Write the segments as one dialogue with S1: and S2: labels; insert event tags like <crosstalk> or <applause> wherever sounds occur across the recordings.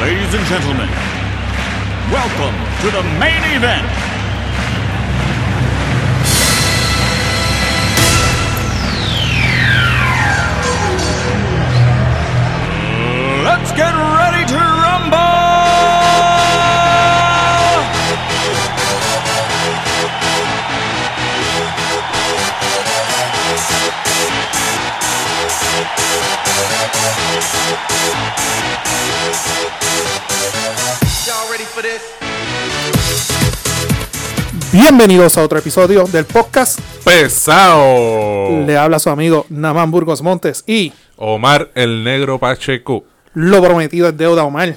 S1: Ladies and gentlemen, welcome to the main event. Let's get ready to rumble!
S2: Y'all ready for this?
S3: Bienvenidos a otro episodio del podcast.
S4: pesado.
S3: Le habla su amigo Namán Burgos Montes y
S4: Omar el Negro Pacheco.
S3: lo prometido es deuda Omar.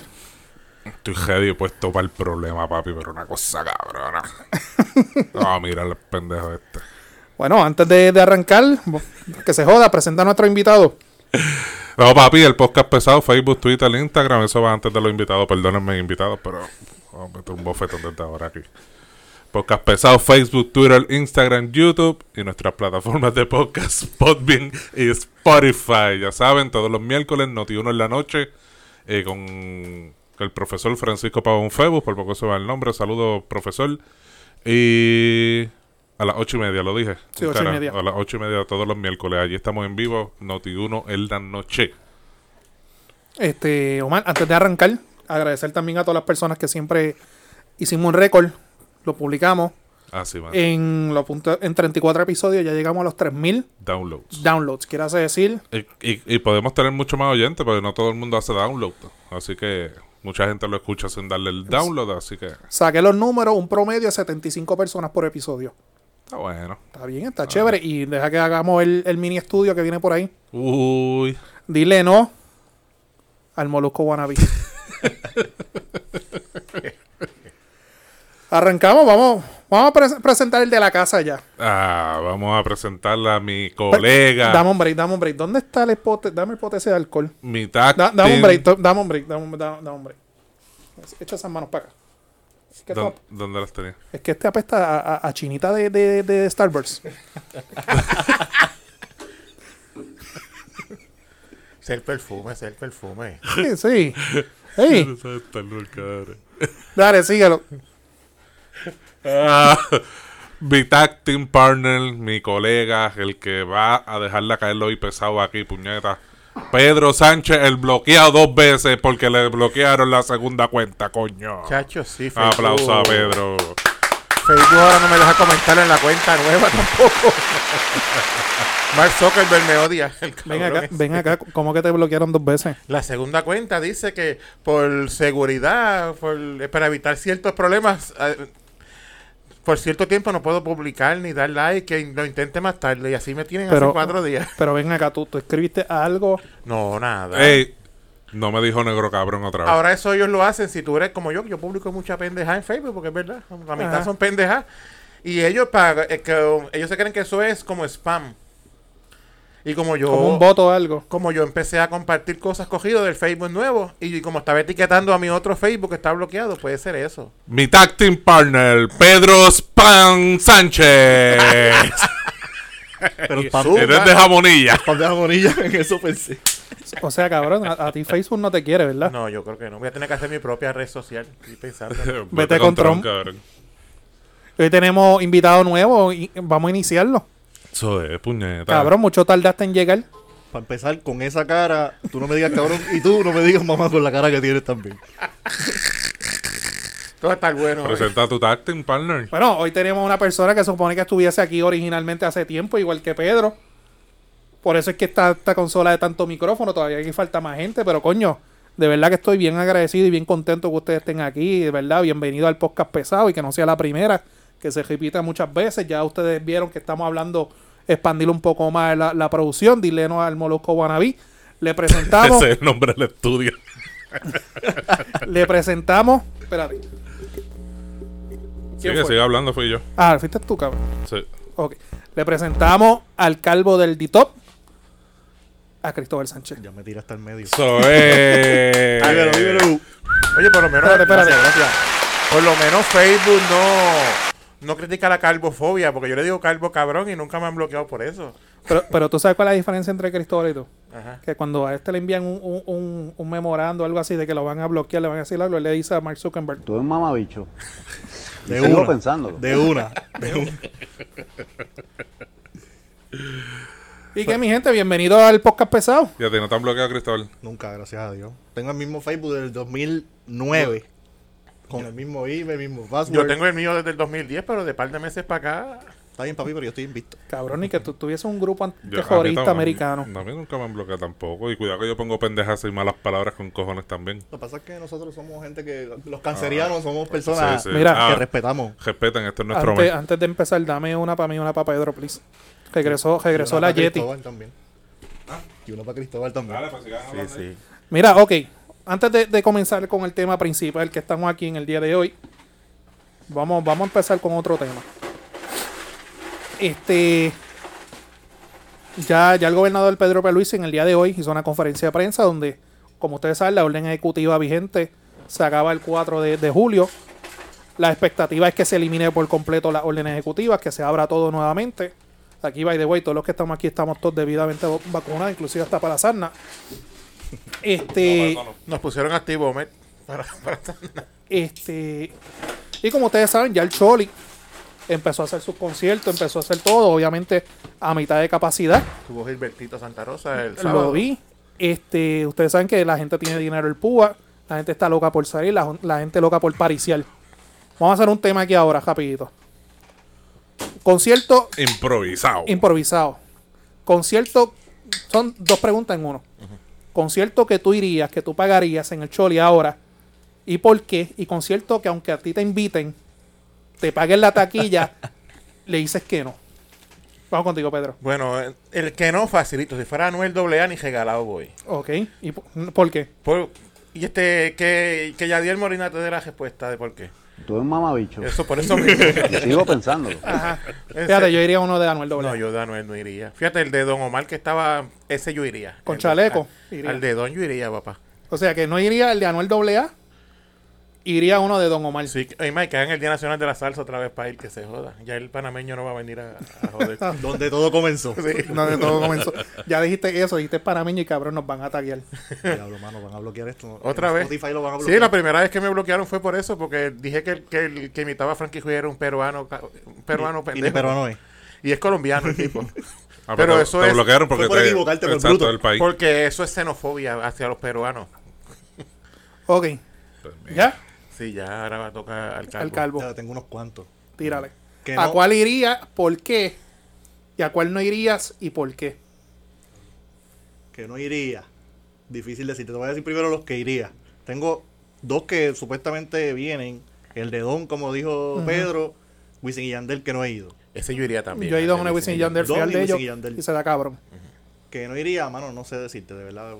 S4: Estoy ready puesto para el problema, papi, pero una cosa cabrona. Ah, mira el pendejo este.
S3: Bueno, antes de, de arrancar, que se joda, presenta a nuestro invitado.
S4: No, papi, el podcast pesado, Facebook, Twitter, Instagram, eso va antes de los invitados. Perdónenme, invitados, pero oh, vamos a meter un bofetón desde ahora aquí. Podcast pesado, Facebook, Twitter, Instagram, YouTube y nuestras plataformas de podcast, <laughs> Podbean y Spotify. Ya saben, todos los miércoles, Noti1 en la noche, eh, con el profesor Francisco Pavón Febus, por poco se va el nombre. Saludos, profesor. Y a las ocho y media, lo dije.
S3: Sí, ocho y
S4: Cara,
S3: media.
S4: A las ocho y media todos los miércoles. Allí estamos en vivo, Noti1 en la noche.
S3: Este, Omar, antes de arrancar, agradecer también a todas las personas que siempre hicimos un récord, lo publicamos
S4: Ah, sí, man.
S3: en, los punto- en 34 episodios, ya llegamos a los 3000
S4: Downloads.
S3: downloads. Quiere hacer decir,
S4: Y, y- y podemos tener mucho más oyentes, porque no todo el mundo hace download. Así que mucha gente lo escucha sin darle el download, así que
S3: saqué los números, un promedio de 75 personas por episodio.
S4: está bueno.
S3: Está bien, está chévere. Y deja que hagamos el, el mini estudio que viene por ahí.
S4: Uy,
S3: Dile no al Molusco
S4: <laughs>
S3: Wannabe. Arrancamos, vamos, vamos a pre- presentar el de la casa ya.
S4: ah, vamos a presentarla a mi colega,
S3: Pues, Dame un break, dame un break. ¿Dónde está el pote? Dame el pote ese de alcohol.
S4: mi táctil.
S3: Da- dame un break, to- dame un break, dame un, da- dame un break. Echa esas manos para acá. Es que,
S4: ¿Dó-
S3: esto-
S4: ¿Dónde las tenía?
S3: es que este apesta a, a- a chinita de, de, de Starburst.
S5: Es el perfume, es el perfume.
S3: Sí, sí. <laughs>
S4: <laughs>
S3: Ey, dale, síguelo.
S4: Ah, <laughs> mi tag team partner, mi colega, el que va a dejarla caer hoy pesado aquí, puñeta. Pedro Sánchez, el bloqueado dos veces porque le bloquearon la segunda cuenta, coño.
S5: Chacho, sí, Facebook.
S4: Aplauso a Pedro.
S5: Facebook ahora no me deja comentar en la cuenta nueva <laughs> tampoco. Mark Zuckerberg me odia. el
S3: Ven
S5: cabrón
S3: acá,
S5: ese.
S3: ven acá. ¿Cómo que te bloquearon dos veces?
S5: La segunda cuenta dice que por seguridad, por, eh, para evitar ciertos problemas, eh, por cierto tiempo no puedo publicar ni dar like, que lo intente más tarde. Y así me tienen
S3: Pero-
S5: hace cuatro días.
S3: <laughs> Pero ven acá, tú, tú escribiste algo.
S5: No, nada.
S4: Ey, no me dijo negro cabrón otra vez.
S5: Ahora eso ellos lo hacen. Si tú eres como yo, que yo publico mucha pendeja en Facebook, porque es verdad, la mitad
S3: Ajá.
S5: son pendejas. Y ellos para, que, ellos se creen que eso es como spam. Y como yo
S3: Como un voto o algo.
S5: como yo empecé a compartir cosas cogidas del Facebook nuevo y como estaba etiquetando a mi otro Facebook que está bloqueado, puede ser eso.
S4: Mi tag team partner, Pedro Span Sánchez.
S6: Pero <laughs>
S4: Eres de jamonilla.
S6: pan de jamonilla, en eso pensé.
S3: O sea, cabrón, a, a ti Facebook no te quiere, ¿verdad?
S5: No, yo creo que no. Voy a tener que hacer mi propia red social y pensando.
S3: Vete con Trump.
S4: cabrón.
S3: Hoy tenemos invitado nuevo y vamos a iniciarlo.
S4: Eso es, puñeta.
S3: Cabrón, mucho tardaste en llegar.
S6: Para empezar, con esa cara, tú no me digas cabrón y tú no me digas mamá con la cara que tienes también.
S5: Todo está bueno.
S4: Presenta tu tag team partner.
S3: Bueno, hoy tenemos una persona que se supone que estuviese aquí originalmente hace tiempo, igual que Pedro. Por eso es que está esta consola de tanto micrófono, todavía aquí falta más gente, pero coño, de verdad que estoy bien agradecido y bien contento que ustedes estén aquí, de verdad, bienvenido al podcast pesado y que no sea la primera, que se repita muchas veces, ya ustedes vieron que estamos hablando, expandir un poco más la, la producción, dile no al Molusco Wannabe, le presentamos,
S4: <laughs> Ese es el nombre del estudio.
S3: le presentamos, espérate,
S4: Sí,
S3: ¿Quién
S4: que
S3: fue?
S4: sigue hablando, fui yo.
S3: ah, fuiste tú cabrón.
S4: Sí.
S3: Ok. Le presentamos al calvo del D-Top, a Cristóbal Sánchez.
S6: Ya me tira hasta el medio.
S4: <laughs>
S6: Eh,
S4: Eso es.
S6: Dímelo, dímelo.
S5: Oye, por lo menos.
S3: Espérate, espérate.
S5: Gracias, gracias. Por lo menos Facebook no, no critica la calvofobia, porque yo le digo calvo cabrón y nunca me han bloqueado por eso.
S3: Pero, pero tú sabes cuál es la diferencia entre Cristóbal y tú.
S5: Ajá.
S3: Que cuando a este le envían un, un, un, un memorando o algo así de que lo van a bloquear, le van a decir algo, él le dice a Mark Zuckerberg.
S7: Tú eres un mamabicho. Y
S6: De
S7: sigo
S6: una.
S7: pensándolo.
S6: De una. De una.
S3: Y que mi gente, bienvenido al podcast pesado.
S4: Y a ti no te han bloqueado, Cristóbal.
S6: Nunca, gracias a Dios. Tengo el mismo Facebook del 2009. Con el mismo email, el mismo password.
S5: Yo tengo el mío desde el 2010, pero de par de meses para acá.
S6: Está bien, papi, pero yo estoy invicto.
S3: Cabrón, y que tú tuvieses un grupo
S4: Yo- a mí
S3: antiterrorista
S4: tam-
S3: este americano.
S4: A mí nunca me han bloqueado tampoco. Y cuidado que yo pongo pendejas y malas palabras con cojones también.
S6: Lo que pasa es que nosotros somos gente que. Los cancerianos somos personas
S4: Ah, sí,
S3: sí. Mira,
S6: que
S4: Ah,
S6: respetamos.
S4: respeten, este es nuestro
S3: Antes,
S4: mes.
S3: antes de empezar, dame una para mí, una para Pedro, please. Regresó, regresó
S6: Y una
S3: la
S6: para
S3: Yeti.
S6: Cristóbal también. Y una para Cristóbal también.
S4: Dale, pues, sigan hablando ahí.
S3: Mira, ok. Antes de, de comenzar con el tema principal que estamos aquí en el día de hoy, vamos, vamos a empezar con otro tema. Este. Ya, ya el gobernador Pedro Pierluisi en el día de hoy hizo una conferencia de prensa donde, como ustedes saben, la orden ejecutiva vigente se acaba el 4 de, de julio. La expectativa es que se elimine por completo la orden ejecutiva, que se abra todo nuevamente. Aquí, by the way, todos los que estamos aquí estamos todos debidamente vacunados, inclusive hasta para la sarna. Este.
S5: Nos pusieron activo, Omer. Para, <laughs> para-
S3: Este. Y como ustedes saben, ya el Choli empezó a hacer sus conciertos, empezó a hacer todo, obviamente a mitad de capacidad.
S5: Tuvo Gilbertito Santa Rosa el sábado.
S3: Lo vi. Este, ustedes saben que la gente tiene dinero el púa, la gente está loca por salir, la, la gente loca por pariciar. Vamos a hacer un tema aquí ahora, rapidito. Concierto
S4: Improvisado.
S3: improvisado. Concierto, son dos preguntas en uno. Concierto que tú irías, que tú pagarías en el Choli ahora, y por qué. Y concierto que aunque a ti te inviten, te paguen
S5: <laughs>
S3: la taquilla, le dices que no. Vamos contigo, Pedro.
S5: Bueno, eh, el que no facilito. Si fuera Anuel AA, ni regalado voy.
S3: Ok. ¿Y po- por qué?
S5: Por- y este, que, que Yadier Molina te dé la respuesta de por qué.
S7: Tú eres un mamabicho.
S5: Eso por eso
S3: <laughs>
S5: mismo.
S7: Y sigo pensándolo.
S5: Ese-
S3: Fíjate, yo iría a uno de Anuel Doble.
S5: No, yo de Anuel no iría. Fíjate, el de Don Omar que estaba, ese yo iría.
S3: Con
S5: El-
S3: chaleco,
S5: a-
S3: iría.
S5: Al de Don yo iría, papá.
S3: O sea que no iría el de Anuel AA, iría a uno de Don Omar.
S5: Sí, que- oye, Mike, que hagan el Día Nacional de la Salsa otra vez para ir que se joda. Ya el panameño no va a venir a, a
S3: <laughs>
S5: joder.
S6: Donde todo comenzó.
S5: Sí.
S3: No, de todo comenzó. Ya dijiste eso, dijiste panameño y cabrón, nos van a taguear.
S6: Diablo, mano, van a bloquear esto.
S5: Otra
S6: En
S5: vez.
S6: Spotify lo van a
S5: Sí,
S6: bloquear.
S5: la primera vez que me bloquearon fue por eso, porque dije que el que, el que imitaba a Frankie Ruiz era un peruano, ca- un peruano
S6: Y
S5: pendejo.
S6: ni peruano es.
S5: Y es colombiano el
S6: <laughs>
S5: tipo.
S4: Ah,
S5: pero
S4: te-
S5: eso
S4: te
S5: es-
S4: bloquearon porque
S6: fue por
S4: te-
S6: equivocarte con el
S4: exacto,
S6: bruto.
S4: del país.
S5: Porque eso es xenofobia hacia los peruanos.
S3: Ok. ¿Ya?
S5: Sí, ya ahora va a tocar al Pues calvo.
S3: Al calvo.
S6: Ya, tengo unos cuantos.
S3: Tírale.
S6: Que
S3: ¿A
S6: no-
S3: cuál irías? ¿Por qué? ¿Y a cuál no irías? ¿Y por qué?
S6: que no iría. Difícil decirte. Te voy a decir primero los que iría. Tengo dos que supuestamente vienen. El de Don, como dijo Pedro. Wisin y Yandel, que no he ido.
S5: Ese yo iría también.
S3: Yo he ido a
S5: al
S3: una
S5: de
S3: Wisin y
S5: Wisin
S3: Yandel,
S6: Yandel.
S3: final de
S6: Dos y
S3: ellos,
S6: Wisin y Yandel.
S3: y se da cabrón.
S6: Que no iría, mano, no sé decirte, de verdad.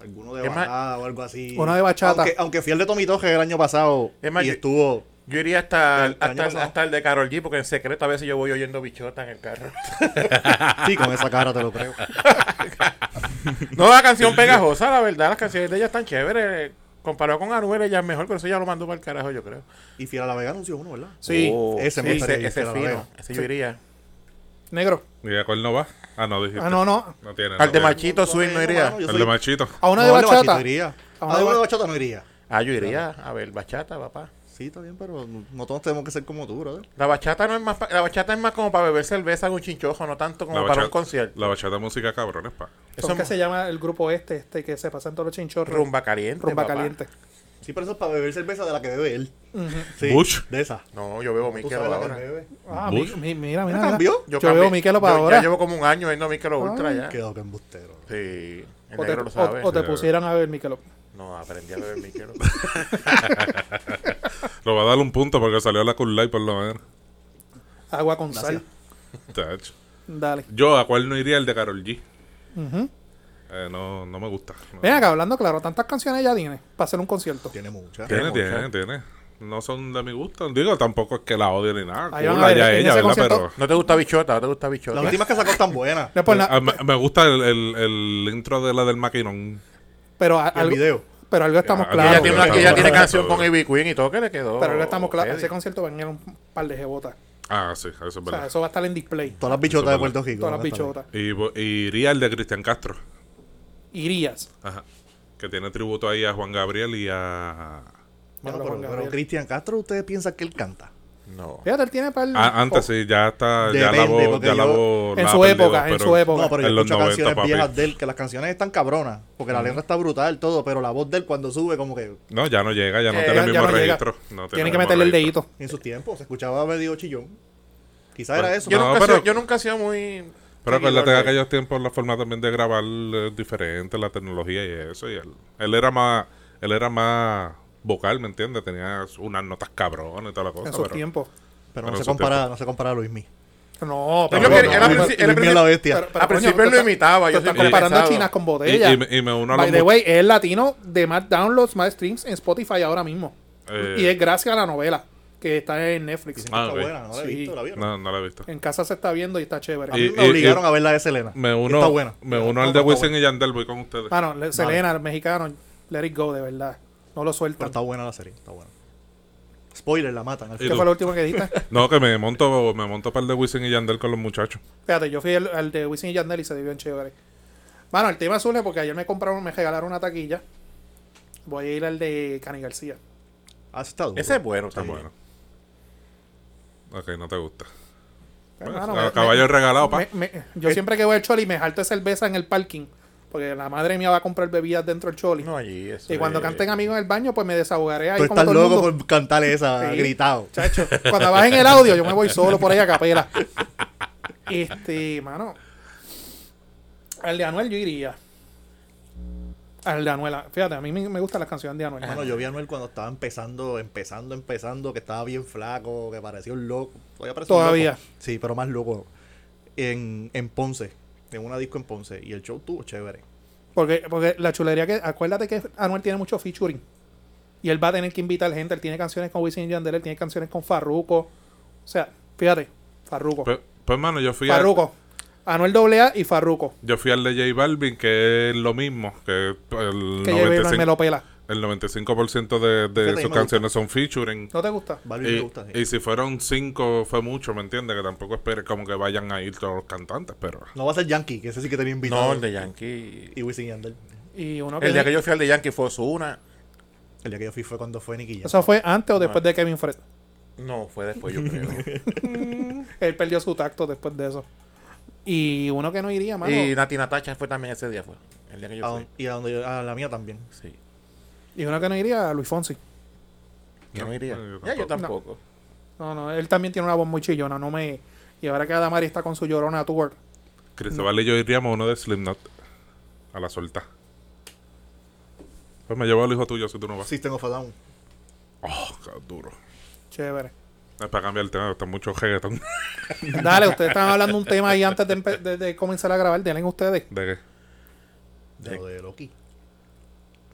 S6: Alguno de
S5: Es más-
S6: bachata o algo así.
S3: Uno de bachata.
S6: Aunque, aunque fui al de Tomitoje el año pasado.
S5: Es más,
S6: y
S5: yo-
S6: estuvo.
S5: Yo iría hasta
S6: El
S5: el, hasta,
S6: año pasado.
S5: hasta el de Carol G, porque en secreto a veces yo voy oyendo bichota en el carro. <laughs>
S6: Sí, con esa cara te lo creo.
S5: No, la canción pegajosa, la verdad, las canciones de ella están chéveres. Comparado con Anuel, ella es mejor, pero eso ya lo mandó para el carajo, yo creo.
S6: Y Fiel a la Vega anunció uno, ¿verdad?
S3: Sí.
S6: ese me
S5: Sí,
S6: gustaría ir,
S5: ese, ese
S6: Fiel a la
S5: fino,
S6: Vega.
S5: ese yo iría.
S3: Negro.
S4: ¿Y a cuál no va? Ah, no, dijiste.
S3: Ah, no, no.
S4: No tiene.
S5: Al
S4: no
S5: de
S4: tiene.
S5: Machito Ah, Swing no iría.
S6: mano, yo
S4: Al
S6: soy-
S4: de Machito.
S3: A uno
S6: No,
S3: de
S6: al de bachata
S3: bachata.
S6: iría.
S3: A
S6: A
S3: uno de
S6: uno de
S3: ba-
S6: bachata no iría.
S5: Ah, yo iría. A ver, bachata, papá.
S6: Sí, está bien, pero no todos tenemos que ser como tú, brother.
S5: La bachata no es más pa- la bachata es más como para beber cerveza en un chinchojo, no tanto como
S4: La
S5: para
S4: bachata-
S5: un concierto.
S4: La bachata música cabrones, pa.
S5: Eso
S3: ¿Cómo que
S5: es
S3: se llama el grupo este, este que se pasan todos los chinchorros?
S5: rumba caliente.
S3: Rumba
S5: papá.
S3: caliente.
S6: Sí, pero eso es para beber cerveza de la que bebe él. Sí,
S4: Bush.
S6: De esa.
S5: No, yo bebo Michelob ahora. Yo,
S6: bebe.
S3: Ah,
S4: Bush.
S3: mi- mi- mira, mira.
S6: ¿Ya
S3: mira.
S6: cambió?
S3: Yo,
S5: cambié-
S3: veo Miquelo para
S5: yo-
S3: ahora.
S5: Ya llevo como un año viendo Michelob Ultra
S3: Ah.
S5: ya.
S6: Quedó que embustero.
S5: Sí, el
S3: o te,
S5: negro lo sabe.
S3: o- o te pusieran a ver Miquelo.
S5: No, aprendí a beber Michelob.
S4: Lo va a dar un punto porque salió la cool light por lo menos.
S3: Agua con sal.
S4: Tacho.
S3: Dale.
S4: Yo, ¿a cuál no iría? El de Carol G. Eh, no, no me gusta. No.
S3: Ven acá, hablando claro, tantas canciones ya tiene para hacer un concierto.
S6: Tiene mucha.
S4: Tiene,
S5: Tiene
S4: tiene, tiene. No son de mi gusto. Digo, tampoco es que la odie ni nada.
S3: Ahí van
S4: Cool,
S3: a ver,
S4: allá
S3: en
S4: ella,
S3: ese
S4: ¿verdad?
S3: concierto-
S4: Pero.
S5: No te gusta bichota, no te gusta bichota.
S6: Las últimas que sacó están buenas.
S3: No es por nada,
S4: Ah, me, me gusta el, el- el intro de la del maquinón.
S3: pero, a-
S6: Y El
S3: algo,
S6: video.
S3: pero algo estamos
S4: Ah,
S5: Ella
S3: claros.
S5: tiene,
S4: claro,
S5: una- ella
S4: claro.
S5: tiene canción con Ivy Queen y todo que le quedó.
S3: Pero ahora estamos claros.
S5: Oh, heavy.
S3: Ese concierto van a ir un par de jebotas.
S4: Ah, sí, eso es
S3: O sea,
S4: verdad.
S3: eso va a estar en display.
S6: Todas las bichotas de
S4: Eso es
S6: Puerto Rico.
S3: Todas las
S6: van a estar
S3: bichotas.
S6: ahí.
S4: Y, bo- y iría el de Cristian Castro.
S3: Irías.
S4: Ajá. Que tiene tributo ahí a Juan Gabriel y a.
S3: Habla Juan
S6: Bueno, pero, pero
S3: Gabriel.
S6: Cristian Castro, ¿ustedes piensan que él canta?
S5: No.
S3: Fíjate, él tiene par...
S4: Ah, antes
S3: oh,
S4: sí, ya está. Ya la
S6: Depende,
S4: voz.
S6: porque
S4: Ya la
S6: yo-
S4: voz
S3: En
S4: la
S3: su
S4: ha perdido,
S3: época, en
S4: pero-
S3: su época.
S6: No, pero yo
S4: En los
S6: escucho
S4: 90,
S6: canciones
S4: papi.
S6: viejas de él, que las canciones están cabronas, porque la letra está brutal, todo, pero la voz de él cuando sube, como que
S4: No, ya no llega, ya no
S3: Eh,
S4: tiene
S3: ya- ya
S4: el mismo
S3: no llega.
S4: registro. No tiene
S3: tiene que
S4: mismo
S3: meterle el
S4: registro.
S3: dedito.
S6: en sus tiempos se escuchaba medio chillón. Quizá era eso.
S5: Yo,
S4: No,
S5: nunca he
S4: pero-
S5: sido- yo nunca he sido muy.
S4: Pero acuérdate que
S5: seguidor de-
S4: aquellos tiempos la forma también de grabar eh, diferente, la tecnología y eso. Y él, él era más, él era más vocal, ¿me entiendes? Tenía unas notas cabronas y toda la cosa.
S3: En sus
S4: pero-
S3: tiempos.
S6: pero
S4: en
S6: no se,
S4: sus
S6: compara, no se compara a Luismi.
S3: No,
S5: Yo
S3: pero...
S5: creo que
S3: no,
S5: era
S3: no,
S5: princi-
S3: pero-
S5: era
S6: Luismi es la bestia.
S3: pero-
S5: Al
S4: Ah,
S3: coño,
S5: principio
S3: tú
S5: él lo
S3: estás-
S5: imitaba.
S3: tú
S5: Yo
S3: estás
S5: siempre he
S3: comparando
S5: pensado.
S3: chinas con
S4: Y,
S3: botellas.
S4: y me, y me uno a los
S3: By the
S4: mu-
S3: way, es el latino de más downloads, más streams en Spotify ahora mismo.
S4: Eh.
S3: Y es gracias a la novela que está en Netflix.
S4: Ah,
S6: está
S4: ok.
S6: buena, no la he
S3: Sí.
S6: visto, la vieron.
S4: No, no la he visto.
S3: En casa se está viendo y está
S6: A
S3: chévere.
S6: mí
S4: Y-
S6: me
S4: y-
S6: obligaron
S4: y-
S6: a ver la de Selena.
S4: Me
S6: Está
S4: uno,
S6: buena.
S4: me uno al
S6: Está
S4: de
S6: buena,
S4: Wisin y Yandel, voy con ustedes.
S3: Mano, le- Selena, el mexicano, let it go, de verdad. No lo
S6: Pero
S3: sueltan.
S6: está buena la serie, está buena. Spoiler, la matan. al
S4: Y
S3: ¿Qué
S6: final.
S4: tú.
S3: fue lo último que dijiste?
S4: No, que me monto, me monto para el de Wisin y Yandel con los muchachos.
S3: Fíjate, yo fui al, al de Wisin y Yandel y se dio bien chévere. Mano, el tema surge porque ayer me compraron, me regalaron una taquilla. Voy a ir al de Cani García.
S6: Ah, eso está duro.
S5: Ese es bueno.
S4: Está
S5: también.
S4: bueno. Ok, no te gusta. Bueno,
S3: Hermano,
S4: a
S3: Ah, me-
S4: caballo Eh. regalado, pa.
S3: me- me- yo siempre que voy al Choli me jalto de cerveza en el parking. Porque la madre mía va a comprar bebidas dentro del Choli.
S5: No, allí. Eso
S3: y cuando
S5: es-
S3: canten amigos en el baño, pues me desahogaré ahí
S6: Tú
S3: como
S6: estás
S3: todo el
S6: loco
S3: mundo.
S6: por cantarle esa,
S3: Sí.
S6: gritado.
S3: Chacho, cuando vas en el audio, yo me voy solo por ahí a capela. Este, mano. Al de Anuel yo iría. Al de Anuel. Fíjate, a mí me, me gustan las canciones de Anuel.
S6: Bueno,
S3: mano.
S6: yo vi a Anuel cuando estaba empezando, empezando, empezando, que estaba bien flaco, que parecía un loco. Todavía parece un
S3: Todavía.
S6: loco. Sí, pero más loco. En, en Ponce, en una disco en Ponce. Y el show tuvo chévere.
S3: Porque, porque la chulería que. Acuérdate que Anuel tiene mucho featuring. Y él va a tener que invitar gente. Él tiene canciones con Wisin y Yandel, él tiene canciones con Farruko. O sea, fíjate, Farruko.
S4: Pues, pues, mano, yo fui a-
S3: Farruko. Anuel AA y Farruko.
S4: Yo fui al de J Balvin, que es lo mismo, que el,
S3: Que
S5: este
S3: lleva me
S4: 95,
S3: lo pela.
S4: el 95% de, de
S6: Fíjate, a mí me
S4: sus
S6: gusta.
S4: canciones son featuring.
S3: ¿No te gusta?
S6: Barbie me
S4: Y,
S6: gusta. sí.
S4: y si fueron cinco fue mucho, ¿me entiendes? Que tampoco esperes como que vayan a ir todos los cantantes, pero...
S6: No va a ser Yankee, que ese sí que tenía invitado.
S5: No, el de Yankee.
S6: Y Wisin y Yandel.
S3: Y uno
S5: El día que
S3: que.
S5: yo fui al de Yankee fue Osuna.
S6: El día que yo fui fue cuando fue Nicky Jam.
S3: Eso fue antes o después de Kevin Fred.
S5: No, fue después, yo creo.
S3: Él perdió su tacto después de eso. Y uno que no iría, mano.
S5: y
S3: Y,
S5: Nati Natacha fue también ese día. fue El día que
S6: A
S5: yo fui.
S6: don- y a, donde yo- a la mía también.
S5: Sí.
S3: uno que no iría, Luis Fonsi.
S5: Yo no iría.
S4: yo
S5: Ya, yo
S3: tampoco.
S5: tampoco.
S3: No, no, él también tiene una voz muy chillona, no me... Y ahora que Adamari está con su llorona tour.
S4: Cristóbal y yo iríamos a uno de Slipknot, a la solta. Pues me llevo al hijo tuyo si tú no vas.
S6: System of a Down.
S4: Oh, qué duro.
S3: Chévere.
S4: Es para cambiar el tema, está mucho reggaeton.
S3: Dale, ustedes estaban hablando un tema ahí antes de, empe- de- de comenzar a grabar, denle ustedes.
S4: <laughs> ¿De qué?
S6: De lo de Loki.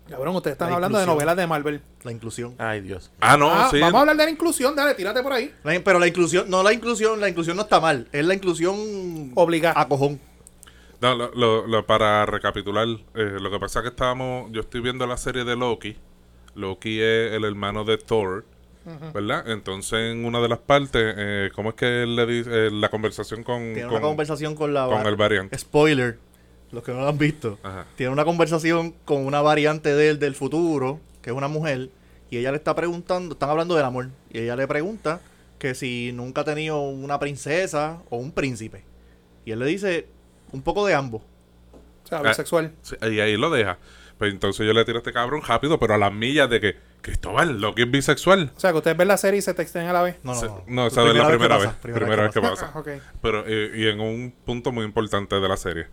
S3: Cabrón, ustedes están
S6: La
S3: hablando de
S6: inclusión.
S3: novelas de Marvel.
S6: La inclusión.
S5: Ay, Dios.
S4: Ah, no,
S3: Ah,
S4: sí.
S3: Vamos a hablar de la inclusión, dale, tírate por ahí.
S6: La in- pero la inclusión, no la inclusión, la inclusión no está mal. Es la inclusión
S3: Obligada.
S6: a cojón.
S5: Mm,
S4: No, lo, lo- lo- para recapitular, eh, lo que pasa es que estábamos, yo estoy viendo la serie de Loki. Loki es el hermano de Thor, ¿verdad? Entonces, en una de las partes, eh, ¿cómo es que él le dice eh, la conversación con,
S6: Tiene
S4: con,
S6: una conversación con la
S4: con el variante?
S6: Spoiler, los que no lo han visto.
S4: Ajá.
S6: Tiene una conversación con una variante de él del futuro, que es una mujer, y ella le está preguntando, están hablando del amor, y ella le pregunta que si nunca ha tenido una princesa o un príncipe. Y él le dice un poco de ambos.
S3: O sea, bisexual.
S4: Sí, y ahí lo deja. Pues entonces yo le tiro a este cabrón rápido, pero a las millas de que, Cristóbal, Loki es bisexual.
S3: O sea, que ustedes ven la serie y se texten a la vez.
S6: No, no,
S4: Se-
S6: no.
S4: no, esa es la primera vez.
S6: que pasa,
S4: Primera vez que pasa.
S3: Ah, ok.
S4: Pero, eh, y en un punto muy importante de la serie.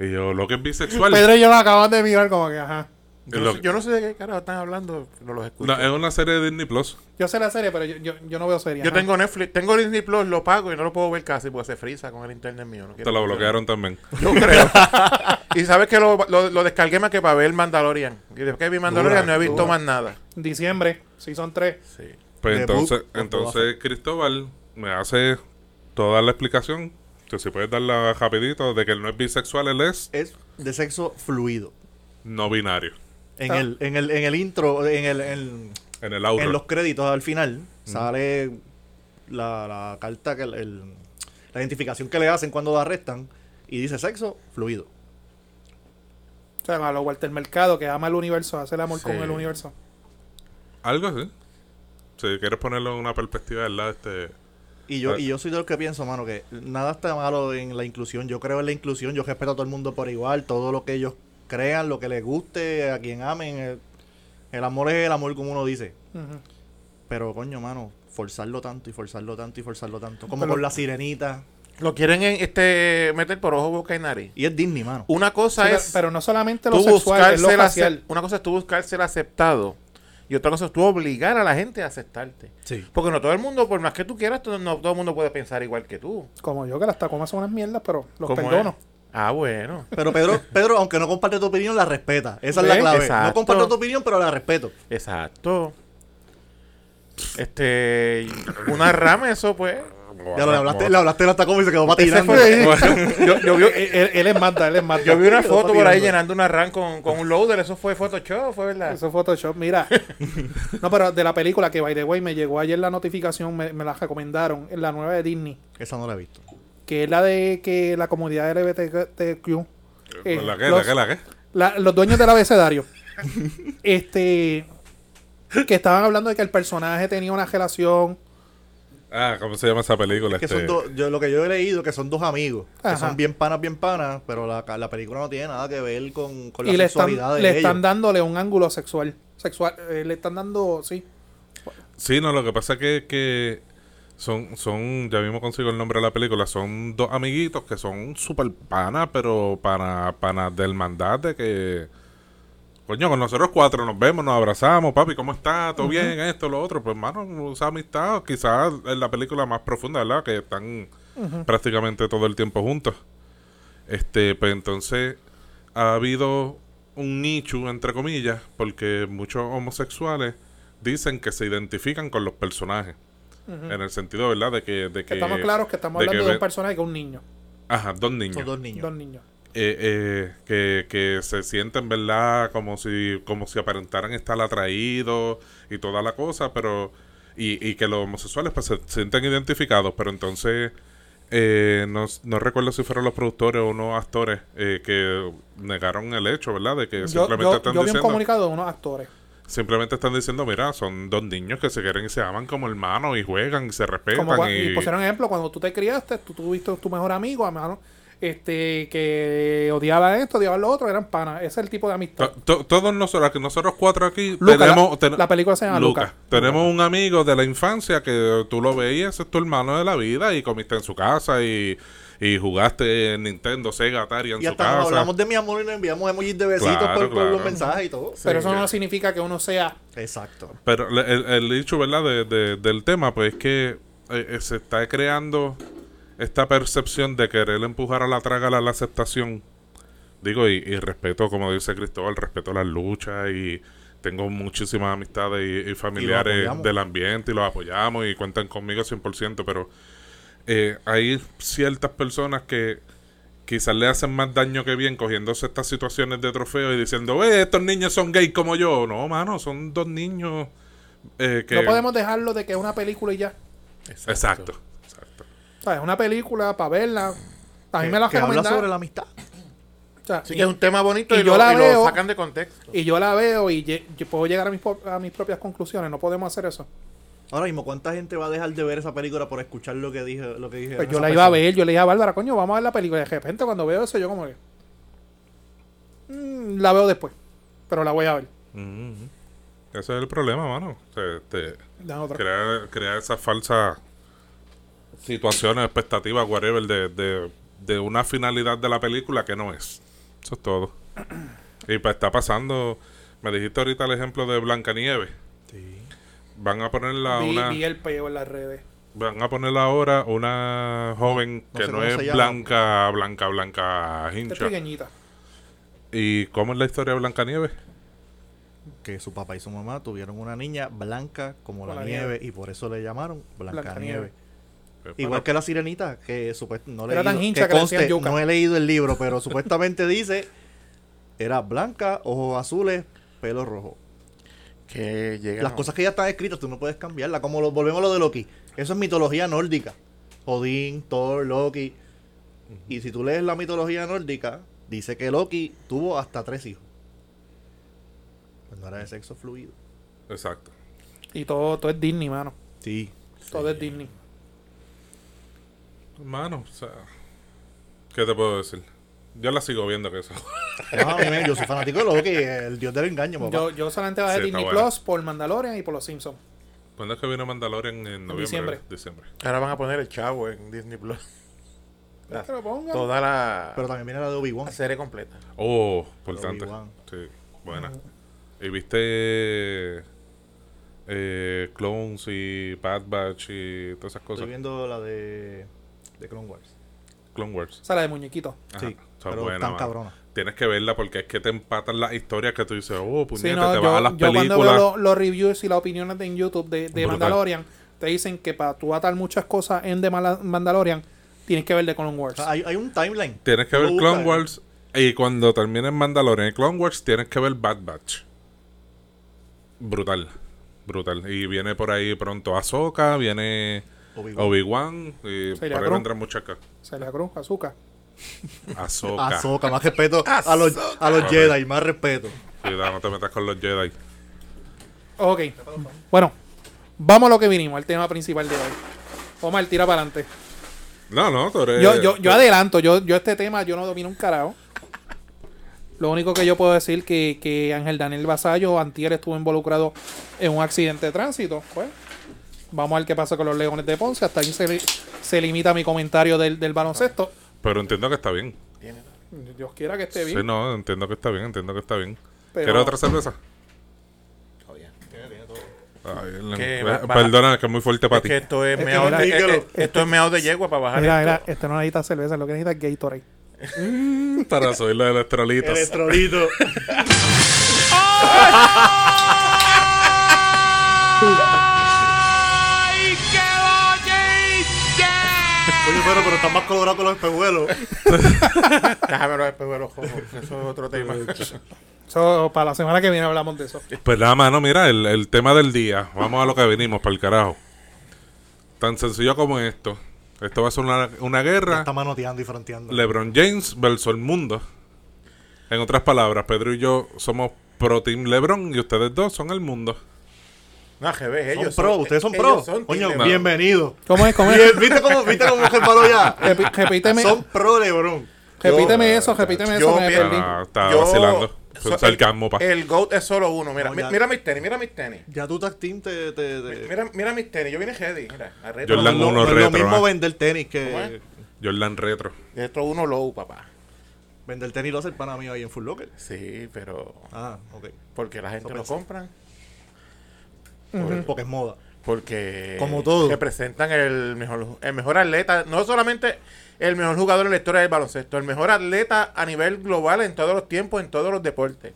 S4: Y yo, Loki es bisexual.
S3: Pedro y yo nos acaban de mirar como que, ajá.
S5: Yo,
S4: Es
S5: no
S4: lo-
S5: sé, yo no sé de qué carajo están hablando, no los escucho.
S4: No, es una serie de Disney Plus.
S3: Yo sé la serie, pero yo, yo, yo no veo serie.
S5: yo
S3: ajá.
S5: tengo Netflix, tengo Disney Plus, lo pago y no lo puedo ver casi porque se frisa con el internet mío. no
S4: Te
S5: quiero-
S4: la bloquearon
S6: <laughs>
S4: también.
S5: Yo <laughs> creo. y sabes que lo, lo, lo descargué más que para ver Mandalorian. Y después que vi Mandalorian
S6: Dura,
S5: no he visto
S6: dura.
S5: más nada.
S3: Diciembre, son tres.
S5: Sí.
S4: Pues
S6: The
S4: entonces,
S6: Book of Boba
S4: entonces Cristóbal me hace toda la explicación. Que si puedes darla rapidito de que él no es bisexual, él es
S6: Es de sexo fluido.
S4: no binario.
S6: En,
S3: Ah.
S6: el, en, el, en el intro, en el, en el-
S4: En el audio. Mm.
S6: en los créditos al final, sale la, la carta, que el- el- la identificación que le hacen cuando la arrestan y dice sexo fluido.
S3: O sea, a lo Walter Mercado, que ama el universo, hace el amor
S5: Sí.
S3: con el universo.
S4: Algo así. Si quieres ponerlo en una perspectiva del lado este.
S6: Y yo,
S4: Ah.
S6: y yo soy de los que pienso, mano, que nada está malo en la inclusión. Yo creo en la inclusión, yo respeto a todo el mundo por igual, todo lo que ellos crean, lo que les guste, a quien amen. El, el amor es el amor, como uno dice.
S3: Ujú.
S6: Pero, coño, mano, forzarlo tanto y forzarlo tanto y forzarlo tanto. Como
S3: Pero-
S6: con la sirenita.
S5: Lo quieren en- este meter por ojo, boca y nariz.
S6: Y es Disney, mano.
S5: Una cosa
S3: Sí, pero,
S5: es
S3: pero no solamente lo
S5: tú
S3: sexual,
S5: buscar
S3: es lo
S5: ser
S3: facial.
S5: ace- una cosa es tú buscar ser aceptado y otra cosa es tú obligar a la gente a aceptarte.
S6: Sí.
S5: Porque no todo el mundo, por más que tú quieras, tú- no todo el mundo puede pensar igual que tú.
S3: Como yo, que las tacomas son unas mierdas, pero los
S5: ¿Cómo es?
S3: perdono.
S5: Ah, bueno. <laughs>
S6: Pero Pedro, Pedro, aunque no comparte tu opinión, la respeta. Esa es la
S5: ¿Ves?
S6: clave.
S5: Exacto.
S6: No comparto tu opinión, pero la respeto.
S5: Exacto. Este, una rama eso pues.
S6: Ya lo le hablaste, le hablaste hasta como y se quedó
S5: Ese <laughs>
S6: patinando.
S5: fue-
S3: <laughs> yo, yo vi- él, él es Mazda, él es Mazda.
S5: Yo vi una foto por ahí
S3: Tirando.
S5: llenando una RAM con, con un loader, eso fue Photoshop, fue verdad.
S3: Eso es Photoshop, mira. <laughs> No, pero de la película que, by the way, me llegó ayer la notificación, me, me la recomendaron, en la nueva de Disney,
S6: Esa no la he visto.
S3: que es la de que la comunidad LGBTQ, Eh,
S4: ¿La qué? ¿La
S3: los-
S4: qué? ¿La qué?
S3: la- los dueños del
S6: <laughs>
S3: abecedario, este, que estaban hablando de que el personaje tenía una relación,
S4: Ah, ¿cómo se llama esa película?
S6: Que
S4: Este,
S6: son dos, yo, lo que yo he leído que son dos amigos,
S3: Ajá.
S6: que son bien panas, bien panas, pero la, ca- la película no tiene nada que ver con, con la
S3: y le están,
S6: sexualidad de
S3: le
S6: ellos.
S3: están dándole un ángulo sexual. sexual eh, le están dando, sí.
S4: Sí, no, lo que pasa es que, que son, son, ya mismo consigo el nombre de la película, son dos amiguitos que son súper panas, pero para panas del mandato de que, coño, con nosotros cuatro nos vemos, nos abrazamos, papi, ¿cómo está? ¿Todo bien? Esto, lo otro. Pues, hermano, esa amistad, quizás es la película más profunda, ¿verdad? Que están prácticamente todo el tiempo juntos. Este, pues entonces ha habido un nicho, entre comillas, porque muchos homosexuales dicen que se identifican con los personajes. En el sentido, ¿verdad? De que... De
S3: Que
S4: que
S3: estamos claros que estamos hablando de,
S4: Eh, ve-
S3: un personaje que es un niño,
S4: Ajá, dos niños.
S6: Son dos niños.
S3: dos niños.
S4: Eh, eh, que, que se sienten, ¿verdad? Como si, como si aparentaran estar atraídos y toda la cosa, pero... Y, y que los homosexuales pues, se sienten identificados, pero entonces... eh, no, no recuerdo si fueron los productores o unos actores eh, que negaron el hecho, ¿verdad? De que
S3: Yo,
S4: simplemente
S3: yo-
S4: están
S3: yo vi un
S4: diciendo...
S3: comunicado de unos actores.
S4: Simplemente están diciendo, mira, son dos niños que se quieren y se aman como hermanos y juegan y se respetan.
S3: Como cua-
S4: y,
S3: y pues, pusieron ejemplo, cuando tú te criaste, tú tuviste tu mejor amigo, hermano, este, que odiaba esto, odiaba lo otro, eran panas. Ese es el tipo de amistad.
S4: To- to- todos nosotros, que nosotros cuatro aquí
S3: Luca,
S4: Ah, tenemos...
S3: la-
S4: ten-
S3: la película se llama Luca.
S4: Tenemos un amigo de la infancia que tú lo veías, es tu hermano de la vida y comiste en su casa y, y jugaste en Nintendo, Sega, Atari en
S6: Y
S4: su
S6: hasta nos
S4: casa.
S6: hablamos de mi amor y nos enviamos emojis de besitos
S4: Claro,
S6: por, por
S4: claro.
S6: los mensajes y todo.
S3: Pero eso no significa que uno sea.
S6: Exacto.
S4: Pero le- el, el hecho, ¿verdad? De, de- del tema, pues es que eh, eh, se está creando esta percepción de querer empujar a la traga a la, la aceptación. Digo, y, y respeto, como dice Cristóbal, respeto las luchas y tengo muchísimas amistades y, y familiares
S6: apoyamos.
S4: del ambiente y los apoyamos y cuentan conmigo 100%, pero eh, hay ciertas personas que quizás le hacen más daño que bien cogiéndose estas situaciones de trofeo y diciendo, eh, estos niños son gays como yo. No, mano, son dos niños eh, que...
S3: No podemos dejarlo de que es una película y ya.
S4: Exacto. exacto.
S3: O sea, es una película para verla. A mí
S6: Que-
S3: me la
S6: que habla sobre
S3: recomendaron.
S6: la amistad.
S3: O sea,
S5: Así que es un tema bonito
S3: y
S5: y,
S3: yo
S5: lo,
S3: la
S5: y lo
S3: veo-
S5: sacan de contexto.
S3: y yo la veo y lle- yo puedo llegar a mis, po- a mis propias conclusiones. No podemos hacer eso.
S6: Ahora mismo, ¿cuánta gente va a dejar de ver esa película por escuchar lo que dije? Lo que dije
S3: Pues yo la iba a ver, yo le dije a Bárbara, coño, vamos a ver la película. Y de repente cuando veo eso, yo como que. "Mm, la veo después. Pero la voy a ver.
S4: Ese es el problema, mano. O sea, este,
S3: Dan otra.
S4: crear, crear esas falsas situaciones, expectativas, whatever, de, de, de una finalidad de la película que no es. Eso es todo. Y pa- está pasando... Me dijiste ahorita el ejemplo de Blancanieves. Van a ponerla
S3: Vi,
S4: una...
S3: vi el peo en las redes.
S4: Van a poner ahora una joven
S6: No
S4: que
S6: sé
S4: no
S6: cómo
S4: es
S6: se llama.
S4: blanca, blanca, blanca
S3: Es
S4: hincha.
S3: pequeñita.
S4: ¿Y cómo es la historia de Blancanieves? Eh,
S6: Que su papá y su mamá tuvieron una niña blanca como
S3: Como
S6: la,
S3: la
S6: nieve,
S3: nieve.
S6: y por eso le llamaron Blanca,
S3: Blancanieve.
S6: Nieve. Igual que la sirenita, que supuestamente no le
S3: Era tan hincha que le decían yuca.
S6: No he leído el libro, pero supuestamente dice era blanca, ojos azules, pelo rojo.
S5: Que llega.
S6: Las cosas que ya están escritas tú no puedes cambiarla, como lo, volvemos a lo de Loki. Eso es mitología nórdica. Odín, Thor, Loki. Y si tú lees la mitología nórdica, dice que Loki tuvo hasta tres hijos. Cuando era de sexo fluido.
S4: Exacto.
S3: Y todo, todo es Disney, mano.
S6: Sí.
S3: Todo es Disney.
S4: Hermano, o sea. ¿Qué te puedo decir? Yo la sigo viendo que eso. <laughs>
S6: yo soy fanático de Loki, el dios del engaño, papá.
S3: Yo, yo solamente bajé
S4: Sí, está
S3: Disney
S4: bueno.
S3: Plus por Mandalorian y por Los Simpsons.
S4: ¿Cuándo es que viene Mandalorian? En noviembre.
S3: diciembre.
S4: diciembre.
S5: Ahora van a poner el chavo en Disney Plus. La-
S3: Que lo pongan.
S5: toda la,
S6: Pero también viene la de Obi-Wan.
S5: la serie completa.
S4: Oh, importante.
S6: Obi-Wan.
S4: Sí, buena. ¿Y viste eh, Clones y Bad Batch y todas esas
S6: Estoy
S4: cosas?
S6: viendo la de, de Clone Wars.
S4: Clone Wars.
S3: Sala de muñequitos.
S4: Ajá,
S6: Sí,
S4: está
S6: pero
S4: buena,
S6: tan
S4: mano.
S6: cabrona.
S4: Tienes que verla porque es que te empatan las historias que tú dices, oh, puñete,
S3: Sí, no,
S4: te
S3: yo,
S4: vas a las
S3: yo cuando
S4: películas.
S3: veo lo- los reviews y las opiniones de- en YouTube de, de
S4: Brutal.
S3: Mandalorian, te dicen que para tú atar muchas cosas en The Mala- Mandalorian, tienes que ver de Clone
S6: O
S3: Wars.
S6: sea, hay, hay un timeline.
S4: Tienes que
S6: Tú
S4: ver
S6: lo
S4: Clone
S6: buscas,
S4: Wars y cuando termines Mandalorian y Clone Wars tienes que ver Bad Batch. Brutal, brutal. Y viene por ahí pronto Ahsoka, viene
S6: Obi-Wan.
S4: Obi-Wan y por
S3: Celia
S4: ahí
S3: Cruz.
S4: vendrán muchas acá.
S3: Celia Cruz, Azúcar.
S4: Ahsoka.
S6: Ahsoka, más respeto a los, a los Jedi, más respeto.
S4: Cuidado, no te metas con los Jedi.
S3: Ok. Bueno, vamos a lo que vinimos, al tema principal de hoy. Omar, tira para adelante.
S4: No, no, tú eres...
S3: Yo, yo, yo adelanto, yo, yo este tema yo no domino un carajo. Lo único que yo puedo decir que, que Ángel Daniel Basayo antier estuvo involucrado en un accidente de tránsito. Pues, vamos a ver qué pasa con los Leones de Ponce. Hasta ahí se, li- se limita mi comentario del, del baloncesto.
S4: Pero entiendo que está bien.
S3: Dios quiera que esté bien.
S4: Sí, no, entiendo que está bien, entiendo que está bien.
S3: Pero-
S4: ¿Quieres otra cerveza?
S5: Oh,
S4: Ay, la-
S5: Que
S4: la-
S5: va- va-
S4: perdona, que es muy fuerte para
S5: Es
S4: ti.
S5: que esto es,
S3: que
S5: meado
S3: mira,
S5: de,
S3: dígalo.
S5: eh, eh, esto es meado de yegua para bajar.
S3: Mira, mira,
S5: esto.
S3: este no necesita cerveza, lo que necesita es Gatorade.
S4: <laughs> Para subir los electrolitos.
S6: Electrolito. Oye, pero, pero está más colorado que los espejuelos.
S5: Déjame pues, los espejuelos rojos, Eso es otro tema.
S3: Eso, para la semana que viene hablamos de eso.
S4: Pues nada, mano, mira, el, el tema del día. Vamos a lo que venimos, para el carajo. Tan sencillo como esto. Esto va a ser una, una guerra.
S6: Está manoteando y fronteando.
S4: LeBron James versus el mundo. En otras palabras, Pedro y yo somos pro Team LeBron y ustedes dos son el mundo.
S5: No, GB,
S6: son
S5: ellos
S6: pro, ustedes son pro.
S5: ellos son
S6: Coño,
S5: team
S6: bienvenido.
S3: ¿Cómo es? ¿Cómo es?
S6: <laughs> Bien, ¿Viste cómo, viste cómo se paró
S3: <laughs>
S6: ya?
S3: Repi- repíteme,
S6: Son pro LeBron.
S3: repíteme eso, repíteme
S5: yo
S3: eso. que me
S5: pienso-
S3: perdí.
S4: Ah, está
S5: Yo-
S4: vacilando. Es
S5: so-
S4: un sarcasmo, pa.
S5: El GOAT es solo uno. Mira,
S6: No,
S5: mi-
S6: ya. Eh.
S5: mira mis tenis, mira mis tenis.
S6: Ya tu tag team te. te, te-
S5: Mira, mira mis tenis. Yo vine heavy. Mira, arreto.
S4: Jordan
S6: no,
S4: uno
S6: no es
S4: retro,
S6: lo mismo
S4: ¿eh?
S6: vender tenis
S5: ¿Cómo
S6: que.
S5: es?
S4: Jordan Retro.
S5: Esto uno low, papá.
S6: Vender tenis lo hace el pana mío ahí en Full Locker.
S5: Sí, pero
S6: Ah, ok.
S5: porque la gente
S6: Eso
S5: lo
S6: pensé.
S5: compra.
S6: Porque es moda.
S5: Porque
S6: Como todo.
S5: representan el mejor, el mejor atleta, no solamente el mejor jugador en la historia del baloncesto, el mejor atleta a nivel global en todos los tiempos, en todos los deportes.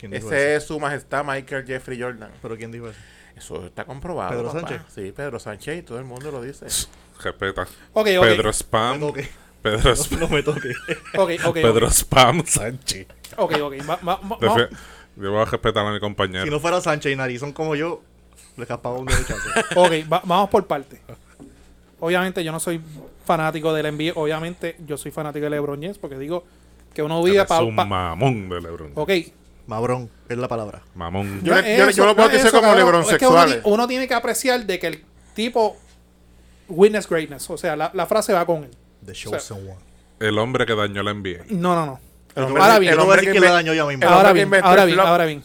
S6: ¿Quién dijo
S5: Ese
S6: eso?
S5: es su majestad Michael Jeffrey Jordan.
S6: ¿Pero quién dijo eso?
S5: Eso está comprobado.
S6: ¿Pedro
S5: papá.
S6: Sánchez?
S5: Sí, Pedro Sánchez y todo el mundo lo dice.
S4: Respeta.
S3: Ok, ok.
S4: Pedro Spam.
S6: No me toque.
S4: Pedro,
S6: <laughs> No,
S4: Sp-
S6: no me toque.
S3: Ok, ok, ok.
S4: Pedro Spam Sanchi.
S3: Ok, ok. va- va- va-
S4: Defe-
S3: vamos-
S4: Yo voy a respetar a mi compañero.
S6: si no fuera Sánchez y Narizón como yo, le escapaba
S4: <laughs>
S6: un derechazo.
S3: Ok, va- vamos por parte. Obviamente yo no soy fanático del NBA. Obviamente yo soy fanático de LeBron James porque digo que uno vive
S4: Eres
S3: para...
S4: un mamón de LeBron.
S3: ok.
S6: Mabrón, es la palabra.
S4: Mamón.
S5: Yo
S3: No
S5: le-
S3: es
S5: yo le- yo
S3: eso,
S5: lo puedo
S3: no es
S5: decir
S3: eso,
S5: como
S3: cabrón.
S5: LeBron
S3: Es que
S5: sexuales.
S3: uno, ti- uno tiene que apreciar de que el tipo witness greatness. O sea, la, la frase va con él.
S6: The Chosen One.
S4: El hombre que dañó la NBA.
S3: No, no, no.
S5: El
S3: Ahora
S5: que-
S3: bien,
S5: el
S3: yo
S6: voy a
S5: hombre que
S6: decir que
S5: inve-
S6: la dañó ella
S5: el
S6: misma.
S3: Ahora
S5: hombre que
S3: bien,
S5: inventó
S3: ahora
S5: el
S3: bien,
S5: flop.
S3: ahora bien.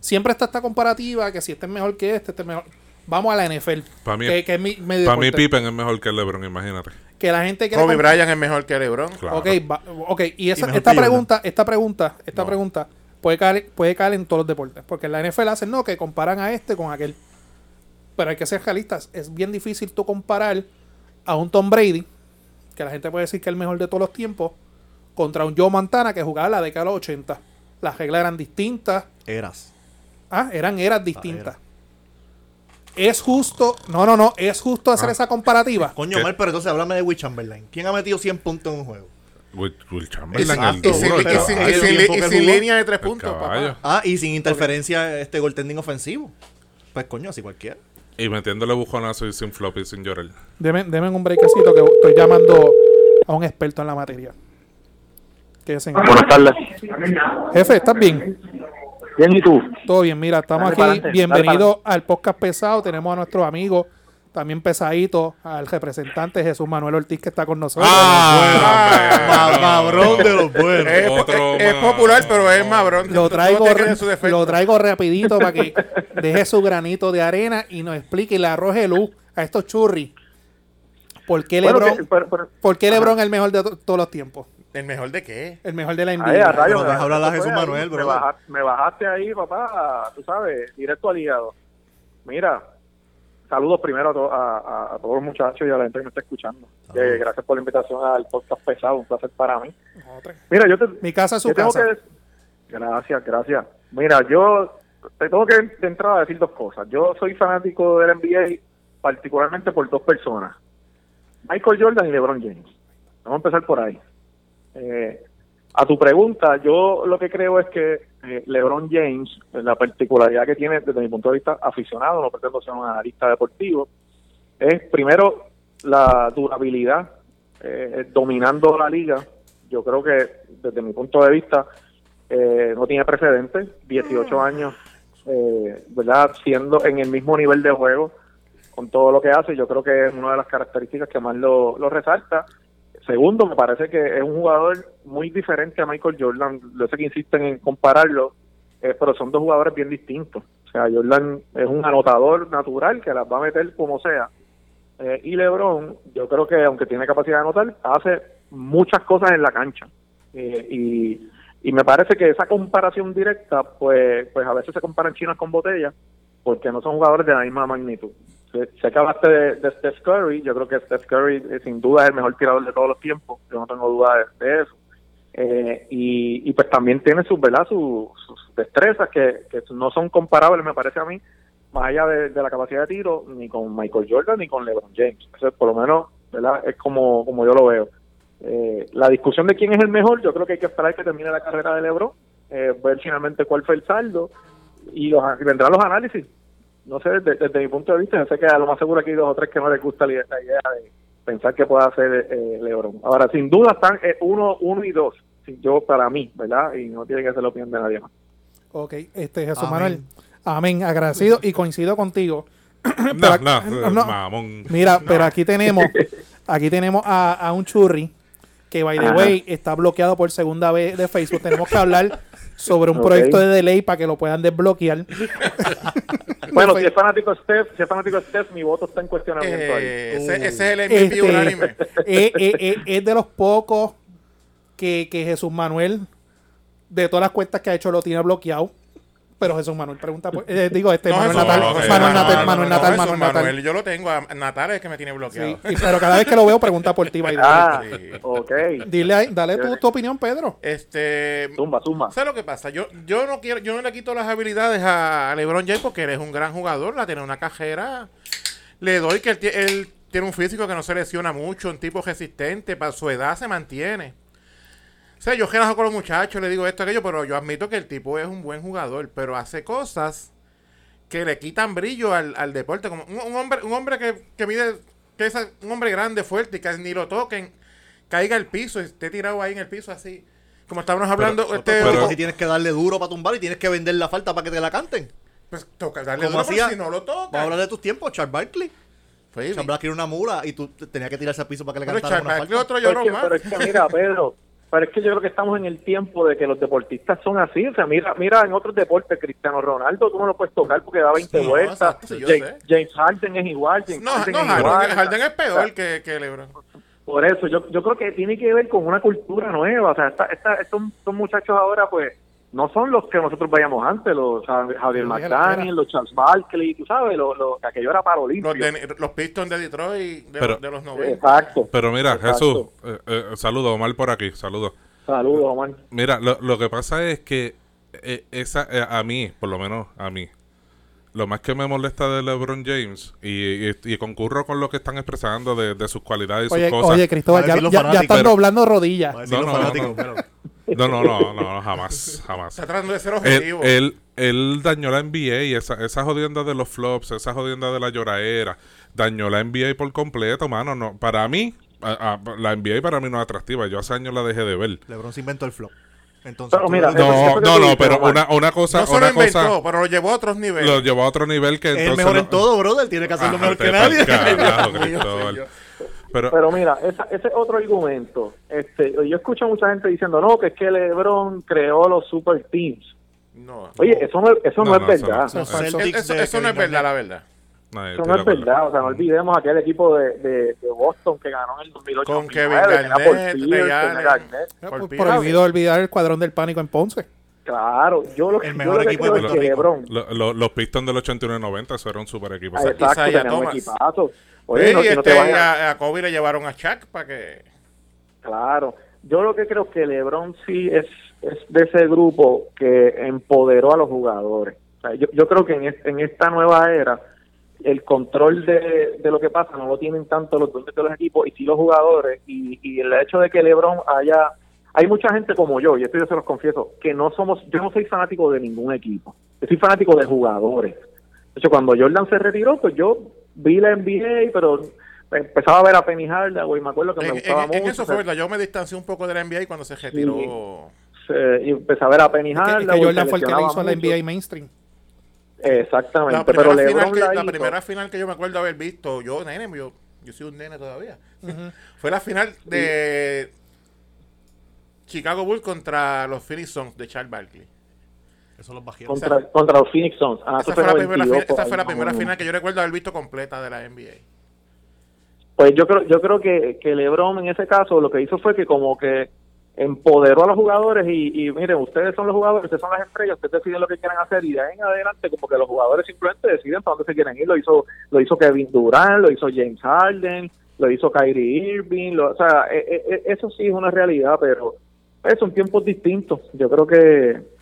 S3: Siempre está esta comparativa que si este es mejor que este, este es mejor. Vamos a la NFL.
S4: Pa' mí-
S3: que, que es mi, mi
S4: Para mí,
S3: deporte.
S4: Pippen es mejor que LeBron, imagínate.
S3: Que la gente quiere
S5: Kobe
S3: comp-
S5: Bryant es mejor que LeBron.
S4: Claro.
S3: Ok, va- ok. Y, esa-
S6: mejor
S3: esta,
S6: que Jordan.
S3: pregunta, esta pregunta, esta pregunta puede caer, puede caer en todos los deportes. Porque en la NFL hacen, no, que comparan a este con aquel. Pero hay que ser realistas. Es bien difícil tú comparar a un Tom Brady, que la gente puede decir que es el mejor de todos los tiempos, contra un Joe Montana que jugaba en la década de los 80. Las reglas eran distintas.
S6: Eras.
S3: Ah, eran eras distintas. Es justo, no, no, no, es justo hacer esa comparativa.
S6: Coño,
S4: ¿Qué?
S6: mal, pero entonces háblame de Will Chamberlain. ¿Quién ha metido 100 puntos en un juego?
S4: Will, Will
S5: Y sin,
S4: Chamberlain, el
S5: y sin-
S4: duro, el
S5: y sin- y
S4: caballo.
S5: sin-
S6: el tiempo
S5: y
S6: que él
S5: sin
S6: jugó.
S5: línea de tres
S4: El
S5: puntos,
S4: caballo.
S5: papá.
S6: Ah, y sin interferencia este goaltending ofensivo. Pues coño, así cualquiera.
S4: Y metiéndole bujonazo y sin floppy, sin llorar.
S3: Deme, deme un breakcito que estoy llamando a un experto en la materia. ¿Qué hacen?
S8: Buenas tardes.
S3: Jefe, ¿estás bien?
S8: Bien, ¿y tú?
S3: Todo bien, mira, estamos
S8: Dale para
S3: aquí.
S8: adelante, dale
S3: Bienvenido al podcast pesado. Tenemos a nuestros amigos, también pesadito, al representante Jesús Manuel Ortiz que está con nosotros.
S4: ¡Ah!
S6: Ma- Mabrón de los buenos.
S5: Es,
S4: Otro
S5: es- es
S4: más.
S5: popular, pero es mabrón.
S3: Lo
S5: Tú- tú no
S3: traigo,
S5: te crees su defecto.
S3: lo traigo rapidito para que deje su granito de arena y nos explique y le arroje luz a estos churris. ¿Por qué
S8: Bueno,
S3: LeBron,
S8: que- pero- pero-
S3: ¿por qué LeBron es el mejor de to- todos los tiempos?
S5: ¿El mejor de qué?
S3: El mejor de la
S8: Ahí, a
S3: NBA.
S8: rayos,
S6: Pero deja
S8: me-
S6: hablar a
S8: me-
S6: Jesús
S8: me-
S6: Manuel,
S8: me,
S6: brother.
S8: baja- me bajaste ahí, papá, tú sabes, directo al hígado. Mira, saludos primero a, to- a- a- a todos los muchachos y a la gente que me está escuchando. Eh, gracias por la invitación al podcast pesado, un placer para mí. Mira, yo te,
S3: Mi casa es su
S8: yo tengo
S3: casa.
S8: que des- gracias, gracias. Mira, yo te tengo que de entrada decir dos cosas. Yo soy fanático del NBA particularmente por dos personas. Michael Jordan y LeBron James. Vamos a empezar por ahí. Eh, a tu pregunta, yo lo que creo es que eh, LeBron James, la particularidad que tiene desde mi punto de vista aficionado, no pretendo ser un analista deportivo, es primero la durabilidad eh, dominando la liga. Yo creo que desde mi punto de vista eh, no tiene precedentes. 18 años, eh, ¿verdad? Siendo en el mismo nivel de juego con todo lo que hace, yo creo que es una de las características que más lo, lo resalta. Segundo, me parece que es un jugador muy diferente a Michael Jordan. Yo sé que insisten en compararlo, eh, pero son dos jugadores bien distintos. O sea, Jordan es un anotador natural que las va a meter como sea. Eh, y LeBron, yo creo que aunque tiene capacidad de anotar, hace muchas cosas en la cancha. Eh, y, y me parece que esa comparación directa, pues, pues a veces se comparan chinas con botellas, porque no son jugadores de la misma magnitud. Se se que hablaste de, de Steph Curry, yo creo que Steph Curry eh, sin duda es el mejor tirador de todos los tiempos, yo no tengo duda de, de eso. Eh, y, y pues también tiene sus, ¿verdad? Sus, sus destrezas que, que no son comparables, me parece a mí, más allá de, de la capacidad de tiro, ni con Michael Jordan ni con LeBron James. Eso es, por lo menos, ¿verdad? Es como, como yo lo veo. Eh, la discusión de quién es el mejor, yo creo que hay que esperar que termine la carrera de LeBron, eh, ver finalmente cuál fue el saldo y, los, y vendrán los análisis. No sé, desde, desde mi punto de vista, yo sé que a lo más seguro aquí hay dos o tres que no les gusta la idea la idea de pensar que pueda hacer eh, LeBron. Ahora, sin duda están eh, uno, uno y dos. Sí, Yo, para mí, ¿verdad? Y no tiene que ser la opinión de nadie más.
S3: Ok, este, Jesús
S6: Amén.
S3: Manuel. Amén, agradecido y coincido contigo.
S4: No,
S3: <clears throat> Pero-
S4: no,
S3: no,
S4: eh,
S3: no.
S4: mamón.
S3: Mira, pero aquí tenemos, aquí tenemos a, a un churri que, by the
S8: Ajá.
S3: way, está bloqueado por segunda vez de Facebook. Tenemos que hablar sobre un
S8: Ok.
S3: proyecto de ley para que lo puedan desbloquear.
S8: Bueno, si es fanático Steph, si es fanático Steph, mi voto está en cuestionamiento ahí.
S5: Eh, ese, ese es el MVP
S3: Uh. Este,
S5: unánime.
S3: <laughs> eh, eh, eh, es de los pocos que, que Jesús Manuel, de todas las cuentas que ha hecho, lo tiene bloqueado. Pero Jesús Manuel pregunta, por- eh, digo, este, Manuel
S5: Jesús
S3: Natal,
S4: Manuel,
S3: Manuel
S4: no,
S3: Natal,
S4: no,
S3: Manuel
S5: no,
S3: Natal,
S5: Jesús
S3: Manuel Natal.
S5: Manuel, Yo lo tengo. a- Natal es el que me tiene bloqueado.
S3: Sí, y- pero cada vez que lo veo pregunta por ti, by the way.
S8: Ah,
S5: Sí.
S8: ok.
S3: Dile ahí- dale tu, tu opinión, Pedro.
S5: Este.
S8: Zumba, zumba.
S5: ¿Sabes lo que pasa? Yo, yo no quiero, yo no le quito las habilidades a LeBron James porque él es un gran jugador, la tiene una cajera. Le doy que él, tie- él tiene un físico que no se lesiona mucho, un tipo resistente, para su edad se mantiene. O sea, yo relajo con los muchachos, le digo esto, aquello, pero yo admito que el tipo es un buen jugador, pero hace cosas que le quitan brillo al, al deporte. Como un, un hombre, un hombre que, que mide, que es un hombre grande, fuerte, y que ni lo toquen, caiga al piso, y esté tirado ahí en el piso así. Como estábamos hablando, este
S6: Pues, Pero,
S4: pero-
S6: si tienes que darle duro para tumbar y tienes que vender la falta para que te la canten.
S5: Pues toca darle
S6: Como
S5: duro porque
S6: hacía-
S5: si no lo
S6: Vamos a hablar
S5: toca.
S6: de tus tiempos, Charles Barkley.
S5: Baby.
S6: Charles Barkley era una mula y tú te- tenías que tirarse al piso para que le
S5: Pero
S6: cantaran
S5: Charles
S6: una
S5: Barkley
S6: falta.
S5: otro
S8: Pero es,
S5: lloró
S8: que,
S5: más.
S8: pero es que, mira, Pedro, pero es que yo creo que estamos en el tiempo de que los deportistas son así. O sea, mira, mira en otros deportes, Cristiano Ronaldo, tú no lo puedes tocar porque da 20
S5: Sí, no,
S8: vueltas.
S5: exacto, sí, yo
S8: James,
S5: sé.
S8: James Harden es igual. James
S5: No,
S8: Harden
S5: no,
S8: es igual.
S5: Harden, Harden es
S8: O sea,
S5: peor que, que LeBron.
S8: Por eso, yo, yo creo que tiene que ver con una cultura nueva. O sea, esta, esta, estos, estos muchachos ahora, pues, no son los que nosotros veíamos antes, los Javi- Javier
S3: Pero mira la cara.
S8: McDaniel, los Charles Barkley, tú sabes, lo, lo, que aquello era para Olimpio.
S5: Los, de- los Pistons de Detroit de,
S4: Pero-
S5: de los 90.
S8: Exacto.
S4: Pero mira,
S8: Exacto.
S4: Jesús, eh, eh, saludo, Omar por aquí, saludos.
S8: Saludos, Omar.
S4: Mira, lo, lo que pasa es que eh, esa eh, a mí, por lo menos a mí, lo más que me molesta de LeBron James, y, y- y concurro con lo que están expresando de, de sus cualidades y
S3: Oye,
S4: sus cosas.
S3: oye Cristóbal,
S6: Para
S3: ya,
S6: decirlo
S3: ya- ya
S6: fanático,
S3: están
S4: pero-
S3: doblando rodillas.
S6: Vamos a decir
S4: No,
S6: los
S4: no, no,
S6: fanáticos,
S4: no.
S6: pero-
S3: <laughs>
S4: No, no, no, no, no, jamás, jamás.
S6: Eh,
S5: Está tratando de ser
S4: Él,
S5: objetivo.
S4: él, él dañó la NBA y esa, esa jodienda de los flops, esa jodienda de la lloraera, dañó la NBA por completo, mano. No, para mí, a- a- la NBA para mí no es atractiva. Yo hace años la dejé de ver.
S6: LeBron se inventó el flow. Entonces,
S8: Pero
S6: tú-
S8: mira,
S6: no,
S8: eso
S4: No, no,
S8: que tú
S4: no,
S8: dices,
S4: pero
S8: Omar.
S4: una, una cosa,
S5: No se lo
S4: una cosa
S5: inventó, pero lo llevó a otros niveles.
S4: lo llevó a otro nivel que
S6: es el
S4: entonces
S6: mejor
S4: no-
S6: en todo, brother. Tiene que hacerlo
S4: Ajá,
S6: mejor que
S4: te
S6: nadie.
S4: pa'l
S6: <laughs>
S4: carajo, Cristóbal.
S5: señor.
S4: Pero
S8: Pero mira, esa- ese es otro argumento. Este, yo escucho a mucha gente diciendo, no, que es que LeBron creó los super teams.
S5: No.
S8: Oye, eso no, eso no,
S4: No,
S8: es
S4: no, eso
S8: verdad.
S4: no-
S8: Eso,
S6: Los
S4: Eso-
S5: Eso,
S6: Celtics
S5: eso-
S6: de
S5: eso no es
S6: Kevin
S5: verdad,
S6: Durant.
S5: la verdad.
S4: no,
S8: no es verdad. O sea, no olvidemos aquel equipo de, de- de Boston que ganó en el 2008.
S5: Con Kevin
S8: 2009, que era por
S5: Garnett,
S8: Pierce,
S5: Ray
S8: tenía
S5: Allen.
S8: Garnett.
S3: Ya,
S5: Por
S3: pues,
S5: pie.
S3: prohibido olvidar el cuadrón del pánico en Ponce.
S8: Claro, yo lo,
S6: El
S8: yo
S6: mejor
S8: lo que
S6: equipo de
S8: creo es
S6: Puerto
S8: que
S6: Rico.
S8: LeBron.
S4: Lo- lo- los Pistons del 89-90, eso era un super equipo. O sea,
S8: Exacto,
S5: Isaiah
S8: tenía un
S5: Thomas.
S8: equipazo. Oye,
S5: Sí,
S8: no, si no te
S5: este,
S8: van a-
S5: a, a Kobe le llevaron a Chuck para que.
S8: Claro, yo lo que creo que LeBron sí es, es de ese grupo que empoderó a los jugadores. O sea, yo, yo creo que en, es- en esta nueva era el control de, de lo que pasa no lo tienen tanto los dueños de los equipos y sí los jugadores y, y el hecho de que LeBron haya hay mucha gente como yo y esto yo se los confieso que no somos yo no soy fanático de ningún equipo yo soy fanático de jugadores de hecho cuando Jordan se retiró pues yo vi la NBA pero empezaba a ver a Penny Hardaway me acuerdo que me
S5: En,
S8: gustaba
S5: en-
S8: mucho
S5: en eso
S8: o sea,
S5: fue verdad. Yo me distancié un poco de la NBA cuando se retiró.
S8: eh, y empecé a ver a Penny
S3: Es que, es que
S8: Hardaway,
S3: Jordan fue el que le
S8: seleccionaba
S3: hizo a la
S8: mucho.
S3: NBA mainstream.
S8: Exactamente,
S5: La, primera
S8: pero
S5: final
S8: LeBron
S5: que,
S8: la,
S5: la
S8: hizo.
S5: primera final que yo me acuerdo haber visto, yo, nene, yo, yo soy un nene todavía. Fue la final de Chicago Bulls contra los Phoenix Suns de Charles Barkley.
S6: Eso los bajé.
S5: Con-
S8: contra, contra los Phoenix Suns. Ah, eso
S5: Esa fue la primera,
S8: 92
S5: final, esa
S8: por
S5: fue la
S8: ahí,
S5: primera
S8: más o menos.
S5: final que yo recuerdo haber visto completa de la NBA.
S8: Pues yo creo, yo creo que, que LeBron en ese caso lo que hizo fue que como que empoderó a los jugadores y, y miren, ustedes son los jugadores, ustedes son las estrellas, ustedes deciden lo que quieran hacer y de ahí en adelante como que los jugadores simplemente deciden para dónde se quieren ir. Lo hizo, lo hizo Kevin Durant, lo hizo James Harden, lo hizo Kyrie Irving, lo- o sea, e- e- e- eso sí es una realidad, pero eh, son tiempos distintos. Yo creo que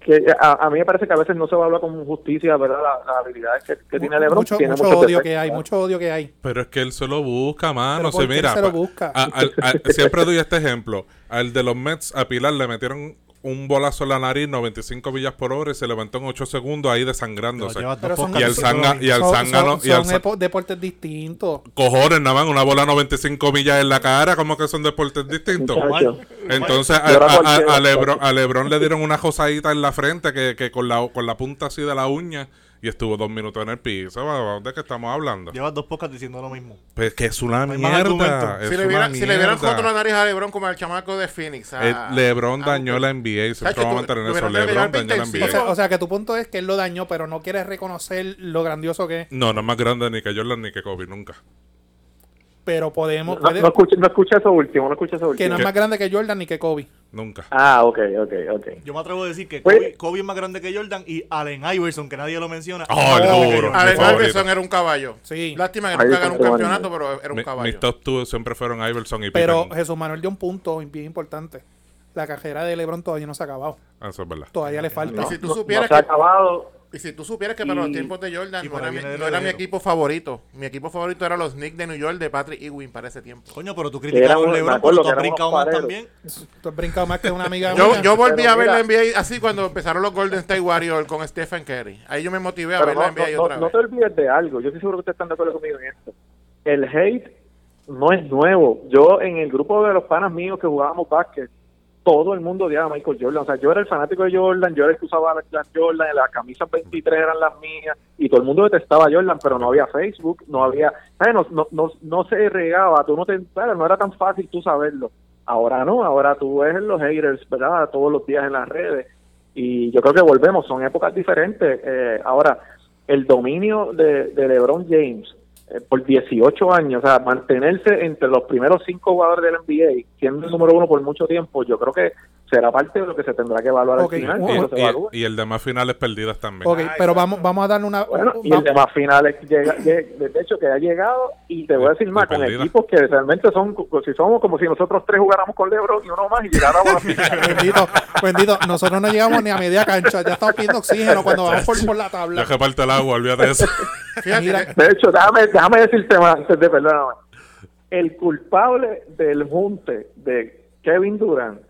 S8: que a, a mí me parece que a veces no se va a hablar con justicia, ¿verdad? Las la habilidades que, que tiene LeBron.
S3: mucho,
S8: tiene
S3: mucho
S8: muchos
S3: odio que
S8: defectos,
S3: hay,
S8: ¿verdad?
S3: mucho odio que hay.
S4: Pero es que él se lo busca, mano.
S3: ¿Pero
S4: Se
S3: por qué
S4: mira.
S3: se lo
S4: pa-
S3: busca?
S4: a- al- al- siempre doy este ejemplo. Al de los Mets, a Pilar le metieron un bolazo en la nariz, 95 millas por hora, y se levantó en 8 segundos ahí desangrándose.
S6: Llevas dos
S3: Pero son-
S4: Y al
S6: podcasts.
S4: Sanga, y al
S3: Son-
S4: Zángano,
S3: son-
S4: y al
S3: son
S4: Sa-
S3: epo- deportes distintos.
S4: cojones, nada más, una bola 95 millas en la cara, como que son deportes distintos.
S8: Muchachos.
S4: Entonces, a,
S8: Llora
S4: a- a-
S8: cualquiera.
S4: a Lebron, a Lebron le dieron una josadita en la frente que, que con, la, con la punta así de la uña y estuvo dos minutos en el piso. Bueno, ¿De qué estamos hablando?
S6: Llevas dos podcasts diciendo lo mismo.
S4: Pues que es una
S6: No hay más
S4: mierda.
S6: argumento.
S4: es
S5: Si le,
S4: una
S5: hubiera- si le hubieran
S4: mierda.
S5: roto la Ah, nariz a LeBron como al chamaco de Phoenix.
S4: Eh,
S5: a-
S4: LeBron
S5: a-
S4: dañó la NBA.
S5: Chacho,
S4: Siempre vamos a
S5: tú-
S4: mantener
S5: tú
S4: eso.
S5: hubieras tenido
S4: LeBron
S5: que
S4: dañó
S5: llevar
S4: la
S3: O sea,
S4: NBA.
S5: Eso-
S3: o sea, que tu punto es que él lo dañó, pero no quieres reconocer lo grandioso que es.
S4: No, no es más grande ni que Jordan ni que Kobe, nunca.
S3: Pero podemos.
S8: No,
S3: puede-
S8: no, escuché, no escuché eso último, no escuché eso último.
S3: que no es
S4: ¿Qué?
S3: más grande que Jordan ni que Kobe.
S4: Nunca.
S8: Ah, ok, ok, ok.
S6: Yo me atrevo a decir que
S8: Pues-
S6: Kobe, Kobe es más grande que Jordan y Allen Iverson, que nadie lo menciona.
S4: Oh, el
S6: es más grande que
S4: duro.
S6: Jordan.
S5: Allen
S4: Mi favorito.
S5: Iverson era un caballo.
S3: Sí.
S5: Lástima que
S8: Ahí
S5: nunca
S8: está
S5: ganó un
S8: Giovanni.
S5: campeonato, pero era un
S4: Mi-
S5: caballo.
S4: mis top two siempre fueron Iverson y
S3: Pero
S4: Pippen.
S3: Jesús Manuel dio un punto bien importante. La carrera de LeBron todavía no se ha acabado.
S4: Ah, Eso es verdad.
S3: Todavía le
S5: Y
S3: falta.
S5: si tú
S8: No-
S5: supieras
S8: no se ha
S5: que
S8: acabado.
S5: Y si tú supieras que para los
S8: Y-
S5: tiempos de Jordan
S6: y
S5: no
S6: para
S5: era, mi,
S6: bien
S5: no
S6: el
S5: era mi
S6: heredero.
S5: equipo favorito. Mi equipo favorito era los Knicks de New York de Patrick Ewing para ese tiempo.
S6: Coño, pero tú
S8: Que
S6: criticas
S8: era
S6: a
S8: un- me
S6: LeBron, pero
S8: acuerdo
S6: tú has
S8: que era unos
S6: brincado más
S8: pareros.
S6: también.
S3: Tú has brincado más que una amiga
S5: Yo,
S3: mía.
S5: yo volví
S8: pero
S5: a ver
S8: mira-
S5: la NBA así cuando empezaron los Golden State Warriors con Stephen Curry. Ahí yo me motivé a
S8: Pero
S5: ver
S8: no,
S5: la
S8: no-
S5: NBA
S8: no-
S5: otra
S8: no
S5: vez.
S8: te olvides de algo. Yo estoy seguro que ustedes están de acuerdo conmigo en esto. El hate no es nuevo. Yo, en el grupo de los panas míos que jugábamos básquet, todo el mundo odiaba a Michael Jordan. O sea, yo era el fanático de Jordan, yo era el que usaba la- las Jordan, las camisas 23 eran las mías, y todo el mundo detestaba a Jordan, pero no había Facebook, no había. ¿sabes? No, no, no, no se regaba, tú no te. claro, no era tan fácil tú saberlo. Ahora no, ahora tú ves los haters, ¿verdad? Todos los días en las redes. Y yo creo que volvemos, son épocas diferentes. Eh, ahora, el dominio de, de LeBron James eh, por 18 años, o sea, mantenerse entre los primeros cinco jugadores del NBA, siendo el número uno por mucho tiempo, yo creo que será parte de lo que se tendrá que evaluar
S3: Ok,
S8: al final.
S3: un-
S4: Y,
S8: cuando se
S3: Eh,
S8: evalúe.
S4: y- y el de más finales perdidas también.
S3: Ok, pero vamos, vamos a darle una.
S8: Bueno, y el
S3: vamos-
S8: demás final es que llega, llega- de hecho que ha llegado y te voy a decir
S4: De-
S8: más,
S4: de
S8: con
S4: perdida.
S8: equipos que realmente son, co- si somos como si nosotros tres jugáramos con LeBron y uno más y llegáramos a
S3: <laughs>
S8: la final.
S3: Bendito, bendito. Nosotros no llegamos ni a media cancha. Ya estamos pidiendo oxígeno cuando vamos por, por la
S4: Yo
S3: tabla.
S4: reparto el agua,
S3: <laughs>
S4: olvídate de eso.
S5: Fíjate,
S3: Mira.
S5: eh,
S8: De hecho, déjame, déjame decirte más antes de perdóname. El culpable del junte de Kevin Durant,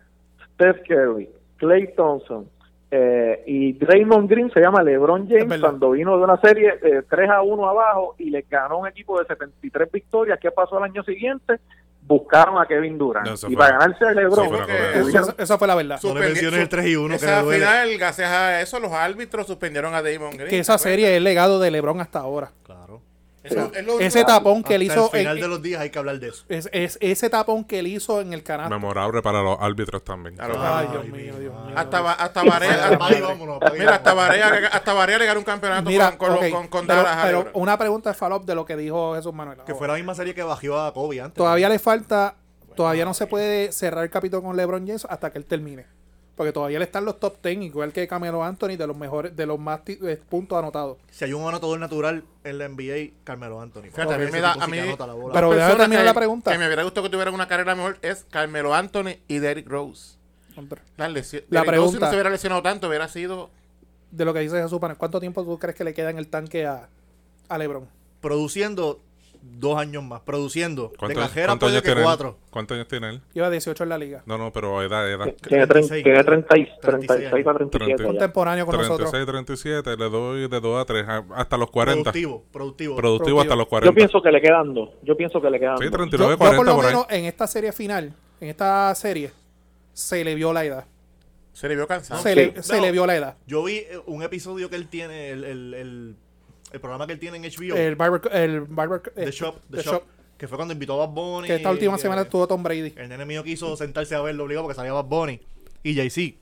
S8: Steph Curry, Clay Thompson, Eh, y Draymond Green se llama LeBron James
S3: verdad.
S8: cuando vino de una serie eh, 3 a 1 abajo y le ganó un equipo de 73 victorias. ¿Qué pasó al año siguiente? Buscaron a Kevin Durant.
S4: No, eso
S8: y
S4: fue-
S8: para ganarse a LeBron,
S4: eso fue una
S8: eh,
S4: cosa de-
S8: tuvieron-
S3: Eso- esa fue la verdad.
S6: No le menciones el 3 y 1 que
S5: Esa
S6: le duele.
S5: final, gracias a eso, los árbitros suspendieron a Damon Green.
S3: Que esa
S5: ¿te acuerdas?
S3: serie es el legado de LeBron hasta ahora.
S6: Claro.
S5: Eso es lo
S3: Ese
S5: único-
S3: tapón que él
S6: Hasta
S3: hizo.
S6: el final
S3: en-
S6: de los días hay que hablar de eso.
S3: es, es- ese tapón que él hizo en el canal.
S4: Memorable para los árbitros también.
S5: Claro.
S3: Ay, Dios
S6: Ay,
S3: mío,
S6: mi
S3: Dios
S6: madre.
S3: mío.
S5: Hasta, Ba- hasta Barea.
S6: Apaga y
S5: hasta-
S6: vámonos, apaga y
S5: Mira, hasta
S6: vámonos.
S5: Barea, hasta Barea le ganó un campeonato
S3: Mira,
S5: con, con,
S3: ok,
S5: con, con
S3: pero,
S5: Dallas.
S3: pero
S5: ahora.
S3: una pregunta de follow-up de lo que dijo Jesús Manuel.
S6: Que fue la misma serie que bajó a Kobe antes.
S3: Todavía le falta, todavía no se puede cerrar el capítulo con LeBron James hasta que él termine. Porque todavía le están los top 10, igual que Camelo Anthony, de los mejores, de los más ti- eh, puntos anotados.
S6: Si hay un anotador natural en la NBA, Carmelo Anthony.
S5: Fíjate, a mí
S6: Ese
S5: me da-
S6: tipo
S5: a
S6: sí
S5: mí-
S6: que anota la bola.
S3: Pero
S5: Dos
S3: déjame
S5: personas
S3: terminar
S5: que-
S3: la pregunta.
S5: Que me hubiera gustado que tuvieran una carrera mejor es Carmelo Anthony y Derrick Rose. Las lesi-
S3: La
S5: Derrick Rose, si
S3: pregunta-
S5: no se hubiera lesionado tanto, hubiera sido.
S3: De lo que dice Jesús Manuel, ¿cuánto tiempo tú crees que le queda en el tanque a, a LeBron?
S6: produciendo dos años más. Produciendo. De
S4: ¿Cuántos,
S6: cajera
S4: cuántos
S6: puede
S4: años
S6: que
S4: tiene él?
S6: cuatro.
S4: ¿Cuántos años tiene él?
S3: Lleva 18 en la liga.
S4: No, no, pero edad, edad.
S8: Tiene,
S6: 36,
S8: 36, tiene 30 y-
S6: 36
S8: 36 para 37.
S4: Treinta.
S8: ya.
S3: Contemporáneo con nosotros.
S4: 36, 37, le doy de 2 a 3, hasta los 40. Productivo,
S6: Productivo, productivo.
S4: hasta los 40.
S8: Yo pienso que le quedan dos. Yo pienso que le quedan
S4: sí,
S8: dos.
S4: 39,
S3: Yo, yo
S4: 40
S3: por lo
S4: por ahí.
S3: menos en esta serie final, en esta serie, se le vio la edad.
S5: Se le vio
S4: Ah,
S5: cansado.
S3: Se,
S8: sí.
S3: le, se le vio la edad.
S6: Yo vi eh, un episodio que él tiene, el, el, el, el programa que él tiene en HBO,
S3: El Barber, el barber- eh,
S6: The Shop, The, Shop, que fue cuando invitó a Bad Bunny.
S3: que esta última
S6: que
S3: semana estuvo Tom Brady.
S6: El nene mío quiso sentarse a verlo obligado porque salía Bad Bunny y Jay-Z.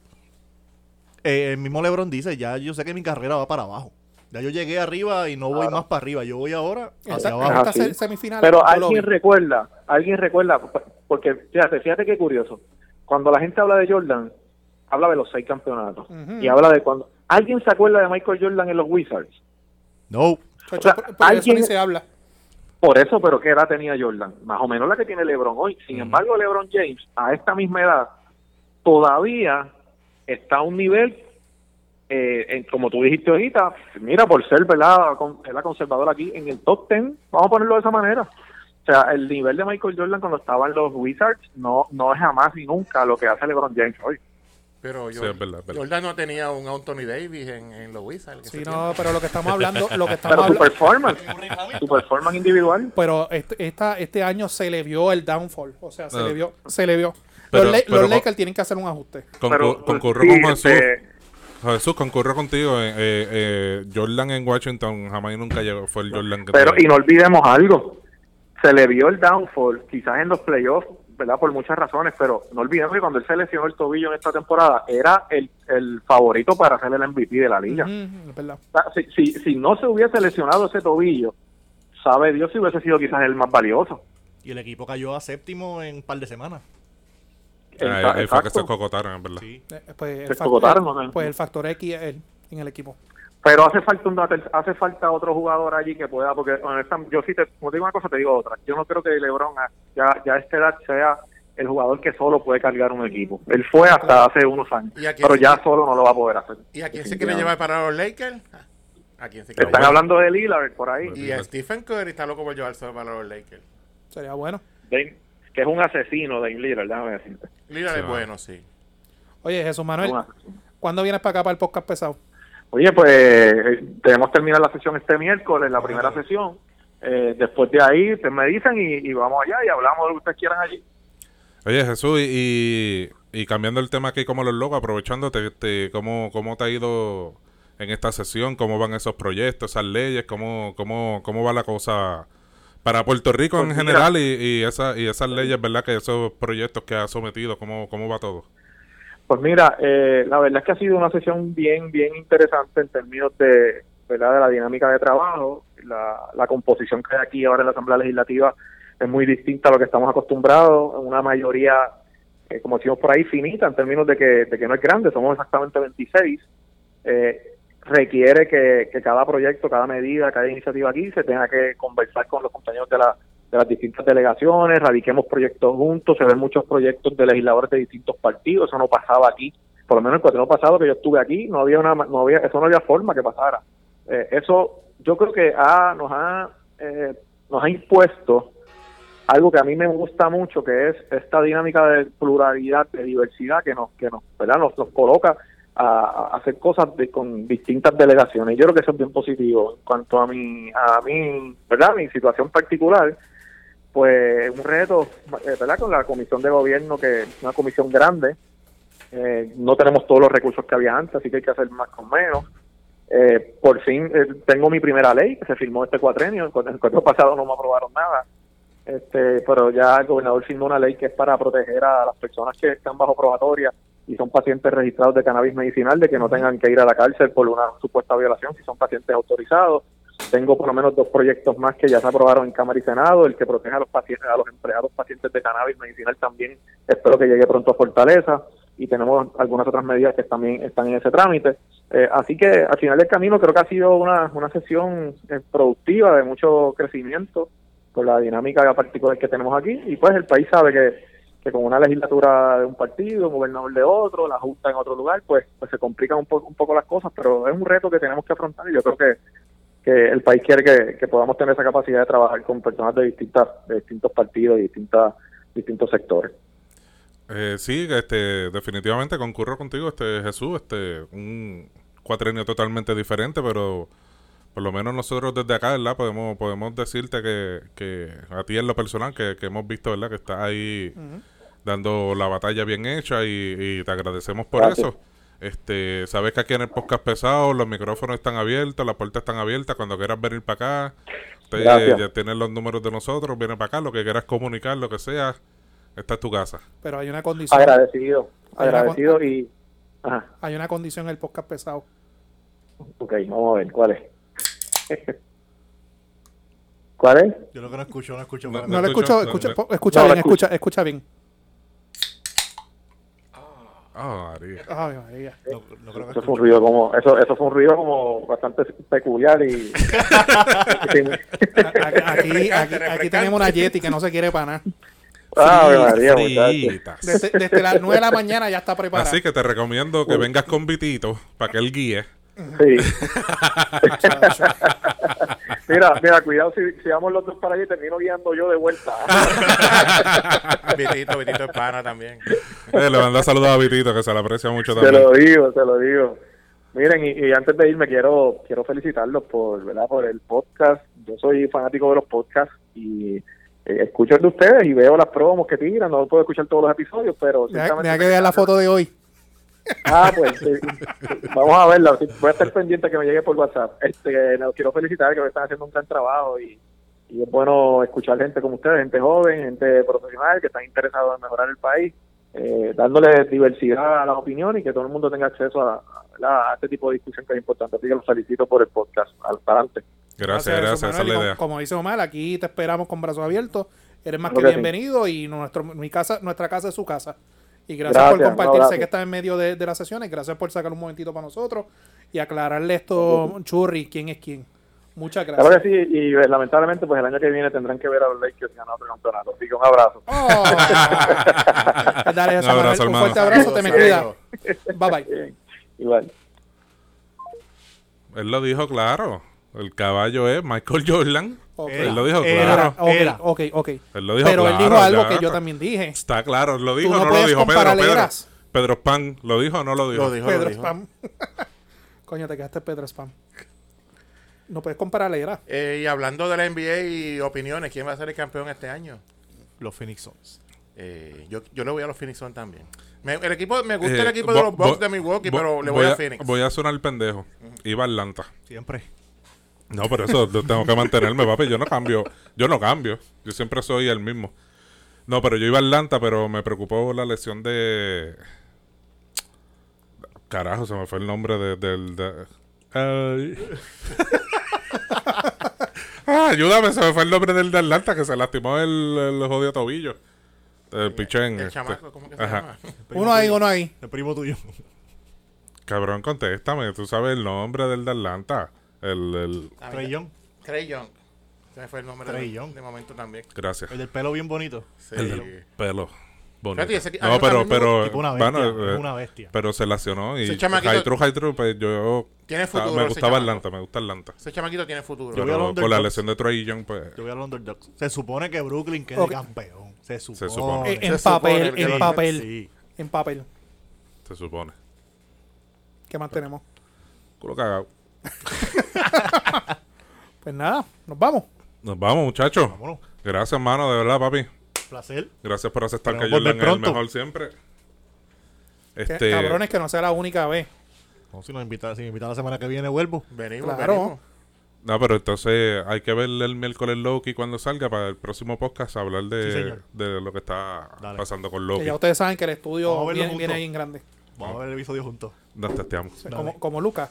S6: Eh, el mismo LeBron dice, ya yo sé que mi carrera va para abajo. Ya yo llegué arriba y no voy más para arriba. Yo voy ahora hacia
S3: Esta,
S6: abajo.
S3: esta
S8: Así.
S3: se- semifinal. yo
S8: Ah, Pero
S3: lo vi.
S8: alguien recuerda, alguien recuerda, porque fíjate, fíjate qué curioso. Cuando la gente habla de Jordan, habla de los seis campeonatos.
S3: Ujú.
S8: Y habla de cuando. ¿Alguien se acuerda de Michael Jordan en los Wizards?
S6: No.
S3: Chacho,
S8: O sea,
S3: por, por eso
S8: alguien-
S3: ni se habla.
S8: Por eso, pero ¿qué edad tenía Jordan? Más o menos la que tiene LeBron hoy. Sin embargo, LeBron James, a esta misma edad, todavía está a un nivel, eh, en- como tú dijiste ahorita, mira, por ser ¿verdad? Con, la conservadora aquí, en el top 10, vamos a ponerlo de esa manera. O sea, el nivel de Michael Jordan cuando estaba en los Wizards no, no es jamás y nunca lo que hace LeBron James hoy.
S5: Pero yo,
S4: Sí, es verdad, es verdad.
S5: Jordan no tenía un Anthony Davis en, en los Wizards. que
S3: Sí,
S5: se
S3: no, pero lo que estamos hablando,
S4: <laughs>
S3: lo que estamos
S8: Pero su
S3: hablando,
S8: performance, su performance individual,
S3: pero este, esta, este año se le vio el downfall, o sea, se
S4: No.
S3: le vio, se le vio.
S4: Ah. Pero-
S3: los, Le-
S4: pero
S3: los
S4: co-
S3: Lakers tienen que hacer un ajuste.
S4: Concur-
S8: pero-
S4: concurro
S8: sí,
S4: con Jesús.
S8: este,
S4: Jesús, concurro contigo. eh, eh, eh, Jordan en Washington jamás y nunca llegó. Fue el Jordan que
S8: Pero,
S4: tuvo.
S8: y no olvidemos algo, se le vio el downfall, quizás en los playoffs, ¿verdad? Por muchas razones, pero no olvidemos que cuando él se lesionó el tobillo en esta temporada, era el, el favorito para ser el MVP de la liga.
S3: Ujú, es verdad.
S8: O sea, si, si, si no se hubiese lesionado ese tobillo, sabe Dios si hubiese sido quizás el más valioso.
S6: Y el equipo cayó a séptimo en un par de semanas.
S4: Ahí-
S8: Exa-
S4: ahí fue que se
S8: exacto.
S4: cocotaron, en verdad.
S3: Eh, Pues,
S8: Se
S3: el factor,
S8: cogotaron, o sea.
S3: pues el factor X es él en el equipo.
S8: Pero hace falta un ter- hace falta otro jugador allí que pueda, porque honestamente, yo sí te, como te digo una cosa, te digo otra. Yo no creo que LeBron a- ya, ya a esta edad sea el jugador que solo puede cargar un equipo. Él fue hasta hace unos años,
S5: ¿Y a quién
S8: pero
S5: se-
S8: ya solo no lo va a poder hacer.
S5: ¿Y a quién se quiere llevar para los Lakers? ¿A quién se quiere
S8: Están
S5: llevar?
S8: hablando de Lillard por ahí,
S5: Y a Stephen Curry está loco por llevarse para los Lakers.
S3: Sería bueno.
S8: Dame- que es un asesino de Lillard, déjame decirte.
S5: Lillard
S4: Sí,
S5: es
S4: va.
S5: bueno, sí. <laughs>
S3: Oye, Jesús Manuel,
S8: Un asesino.
S3: ¿cuándo vienes para acá para el podcast pesado?
S8: Oye, pues eh, tenemos terminar la sesión este miércoles, la primera sesión. Eh, después de ahí, ustedes me dicen y, y vamos allá y hablamos de lo que ustedes quieran allí.
S4: Oye, Jesús, y, y- y cambiando el tema aquí como los locos, aprovechándote, te- ¿cómo, ¿cómo te ha ido en esta sesión? ¿Cómo van esos proyectos, esas leyes? ¿Cómo, cómo, cómo va la cosa para Puerto Rico en
S8: Pues mira.
S4: general y, y, esa- y esas leyes, ¿verdad? Que esos proyectos que ha sometido, ¿cómo, cómo va todo?
S8: Pues mira, eh, la verdad es que ha sido una sesión bien, bien interesante en términos de, ¿verdad? de la dinámica de trabajo. La, la composición que hay aquí ahora en la Asamblea Legislativa es muy distinta a lo que estamos acostumbrados. Una mayoría, eh, como decimos por ahí, finita en términos de que, de que no es grande, somos exactamente 26. Eh, requiere que, que cada proyecto, cada medida, cada iniciativa aquí se tenga que conversar con los compañeros de, la, de las distintas delegaciones, radiquemos proyectos juntos, se ven muchos proyectos de legisladores de distintos partidos, eso no pasaba aquí, por lo menos el cuatrino pasado que yo estuve aquí, no había una, ma- no había, eso no había forma que pasara. Eh, eso yo creo que ha- nos, ha, eh, nos ha impuesto algo que a mí me gusta mucho, que es esta dinámica de pluralidad, de diversidad que nos, que nos, ¿verdad? nos, nos coloca a, a hacer cosas de- con distintas delegaciones. Yo creo que eso es bien positivo. En cuanto a mi, a mi, ¿verdad? mi situación particular, pues un reto, eh, ¿verdad? Con la comisión de gobierno, que es una comisión grande, eh, no tenemos todos los recursos que había antes, así que hay que hacer más con menos. Eh, por fin eh, tengo mi primera ley que se firmó este cuatrenio, el cuatro- el cuatro pasado no me aprobaron nada. Este, pero ya el gobernador firmó una ley que es para proteger a las personas que están bajo probatoria y son pacientes registrados de cannabis medicinal, de que no tengan que ir a la cárcel por una supuesta violación si son pacientes autorizados. Tengo por lo menos dos proyectos más que ya se aprobaron en Cámara y Senado, el que protege a los pacientes, a los empleados pacientes de cannabis medicinal también, espero que llegue pronto a Fortaleza, y tenemos algunas otras medidas que también están en ese trámite. Eh, así que al final del camino creo que ha sido una, una sesión eh, productiva de mucho crecimiento con la dinámica particular que tenemos aquí y pues el país sabe que, que con una legislatura de un partido, un gobernador de otro, la junta en otro lugar, pues, pues se complican un, po- un poco las cosas, pero es un reto que tenemos que afrontar y yo creo que, que el país quiere que, que podamos tener esa capacidad de trabajar con personas de distintas de distintos partidos y distintas distintos sectores.
S4: Eh, sí, este, definitivamente concurro contigo, este Jesús, este, un cuatrenio totalmente diferente, pero por lo menos nosotros desde acá, ¿verdad? Podemos, podemos decirte que, que a ti en lo personal, que, que hemos visto, ¿verdad? Que estás ahí dando la batalla bien hecha y, y te agradecemos por
S8: Gracias.
S4: eso. Este, sabes que aquí en el podcast pesado los micrófonos están abiertos, las puertas están abiertas, cuando quieras venir para acá, te-
S8: Gracias.
S4: ya tienes los números de nosotros, viene para acá, lo que quieras comunicar, lo que sea, esta es tu casa.
S3: Pero hay una condición.
S8: Agradecido,
S3: Hay una
S8: agradecido y... Ajá.
S3: Hay una condición en el podcast pesado.
S8: Ok, vamos a ver, ¿cuál es? <laughs> ¿Cuál es?
S6: Yo lo que no escucho, no escucho.
S4: No,
S6: para
S3: No
S6: nada.
S3: lo escucho, escucha,
S4: escucho, no,
S3: po- escucha
S8: no lo
S3: bien, escucha, escucha bien.
S4: Ah, María.
S3: Ay,
S8: <laughs>
S3: María.
S6: No- no creo que
S8: Eso fue un ruido como, eso, eso fue un ruido como bastante peculiar y <laughs>
S3: A- a- Aquí, aquí, aquí tenemos una Yeti que no se quiere parar.
S8: Ah, María, muchachos.
S4: Fritas.
S3: Desde, desde las 9 de la mañana ya está preparada.
S4: Así que te recomiendo que vengas con Vitito para que él guíe.
S8: Sí. <laughs> mira, mira, cuidado si, si vamos los dos para allá y termino guiando yo de vuelta.
S5: Vitito, Vitito es pana también.
S4: Eh, le mando saludos a Vitito, que se le aprecia mucho
S8: Te
S4: también.
S8: lo digo, te lo digo. Miren, y, y antes de irme quiero quiero felicitarlos por, ¿verdad? por el podcast. Yo soy fanático de los podcasts y eh, escucho el de ustedes y veo las promos que tiran. No puedo escuchar todos los episodios, pero
S3: Deja,
S8: ciertamente
S3: deja que vean la foto de hoy.
S8: Ah, pues sí. vamos a verla. Voy a estar pendiente que me llegue por WhatsApp. Este, no, quiero felicitar que me están haciendo un gran trabajo y, y es bueno escuchar gente como ustedes, gente joven, gente profesional que están interesados en mejorar el país, eh, dándole diversidad a las opiniones y que todo el mundo tenga acceso a, a- a este tipo de discusión que es importante. Así que los felicito por el podcast. Al- para adelante.
S4: Gracias, gracias, esa es
S3: Manuel.
S4: la
S3: Y
S4: idea.
S3: Como, como dice Omar, aquí te esperamos con brazos abiertos. Eres más
S8: Claro
S3: que
S8: que sí.
S3: bienvenido y nuestro, mi casa, nuestra casa es su casa. Y gracias,
S8: Gracias,
S3: por
S8: un
S3: compartirse
S8: abrazo.
S3: que estás en medio de, de las sesiones. Gracias por sacar un momentito para nosotros y aclararle esto, Churri, quién es quién. Muchas gracias.
S8: Claro que sí, y eh, lamentablemente pues el año que viene tendrán que ver a los Lakers ganar otro campeonato. Así que un abrazo.
S3: Oh. Dale,
S4: <laughs> Un
S3: José Manuel,
S4: abrazo,
S3: un
S4: hermano.
S3: fuerte abrazo, te me cuida. Bye bye.
S8: Bien. Igual.
S4: Él lo dijo claro. El caballo es Michael Jordan.
S3: Ok. Eh,
S4: Él lo dijo
S6: Era.
S4: claro.
S3: Ok,
S6: Era.
S3: ok, ok.
S4: Él lo dijo
S3: Pero él
S4: claro,
S3: dijo algo
S4: ya.
S3: que yo también dije.
S4: Está claro, lo dijo,
S3: no
S4: no, lo
S3: puedes
S4: dijo Pedro,
S3: compararle
S4: Pedro.
S3: grasa.
S4: Pedro Pan, ¿lo dijo o no lo dijo?
S5: Lo dijo, lo
S3: Pedro
S5: dijo.
S3: Spam. <laughs> Coño, te quedaste Pedro Spam. No puedes comparar la era.
S5: Eh, y hablando de la NBA y opiniones, ¿quién va a ser el campeón este año?
S6: Los Phoenix Suns.
S5: Eh, yo, yo le voy a los Phoenix Suns también. Me, el equipo, me gusta el
S4: Eh,
S5: equipo de
S4: vo-
S5: los Bucks
S4: vo-
S5: de Milwaukee,
S4: vo-
S5: pero le voy, a, Phoenix.
S4: Voy a sonar el pendejo. Iba a Atlanta.
S6: Siempre.
S4: No, pero eso yo tengo que mantenerme, papi. Yo no cambio. Yo no cambio. Yo siempre soy el mismo. No, pero yo iba a Atlanta, pero me preocupó la lesión de. Carajo, se me fue el nombre de- del. de- Ay. Ah, ayúdame, se me fue el nombre del de Atlanta que se lastimó el, el jodido tobillo. El pichén.
S5: el
S4: este.
S5: chamaco, ¿cómo que se
S4: Ajá.
S5: llama?
S6: Primo
S3: Uno ahí,
S6: tuyo.
S3: uno ahí.
S6: El
S3: <laughs>
S6: primo tuyo.
S4: Cabrón, contéstame. Tú sabes el nombre del de Atlanta. El. el...
S5: Ah,
S6: Trey
S5: mira,
S6: Young.
S5: Trey Young. Se me fue el nombre
S6: Trey
S5: de,
S6: Young.
S5: de momento también.
S4: Gracias.
S6: El del pelo bien bonito.
S5: Sí.
S4: El del pelo. Bonito.
S5: Fíjate, ese- a mí
S4: no, pero,
S5: también me
S4: pero,
S6: Tipo una bestia.
S4: bueno,
S6: es
S4: eh,
S6: una bestia.
S4: pero se lacionó y
S5: Ese chamaquito-
S4: high true, high true, pues yo
S5: Tiene
S4: estaba-
S5: futuro
S4: me
S5: ese
S4: gustaba
S5: chamaco.
S4: Atlanta, me gusta Atlanta.
S5: Ese chamaquito tiene futuro.
S6: Yo voy a
S4: Pero
S6: los
S4: con la
S6: underdogs.
S4: lesión de Troy Young, pues
S6: Yo voy a los underdogs. Se supone que Brooklyn quede
S3: Ok.
S6: campeón. Se supone.
S4: supone.
S3: Eh,
S5: supone
S3: en papel,
S5: que
S3: en
S5: lo-
S3: papel.
S6: Sí.
S3: En papel.
S4: se supone.
S3: ¿Qué más tenemos?
S4: Culo cagado.
S3: Pues nada, nos vamos.
S4: Nos vamos, muchachos.
S6: Vámonos.
S4: Gracias, mano, de verdad, papi.
S6: Placer.
S4: Gracias por aceptar que
S6: Esperemos
S4: Jordan
S6: volver
S4: es el
S6: pronto.
S4: mejor siempre.
S3: Que-
S4: Este,
S3: Cabrones, que no sea la única vez.
S6: No, si nos invita, si me invita la semana que viene, vuelvo.
S5: Venimos,
S3: Claro.
S5: venimos.
S4: No, pero entonces hay que ver el miércoles Loki cuando salga para el próximo podcast hablar
S6: Sí,
S4: de,
S6: señor.
S4: de lo que está
S6: Dale.
S4: pasando con
S3: Que
S4: Loki.
S3: ya ustedes saben que el
S6: Vamos
S3: estudio
S6: a verlo
S3: viene,
S6: juntos.
S3: viene bien grande.
S6: Vamos a ver el episodio juntos.
S4: Nos testeamos.
S3: O sea,
S6: Dale.
S3: Como, como Lucas.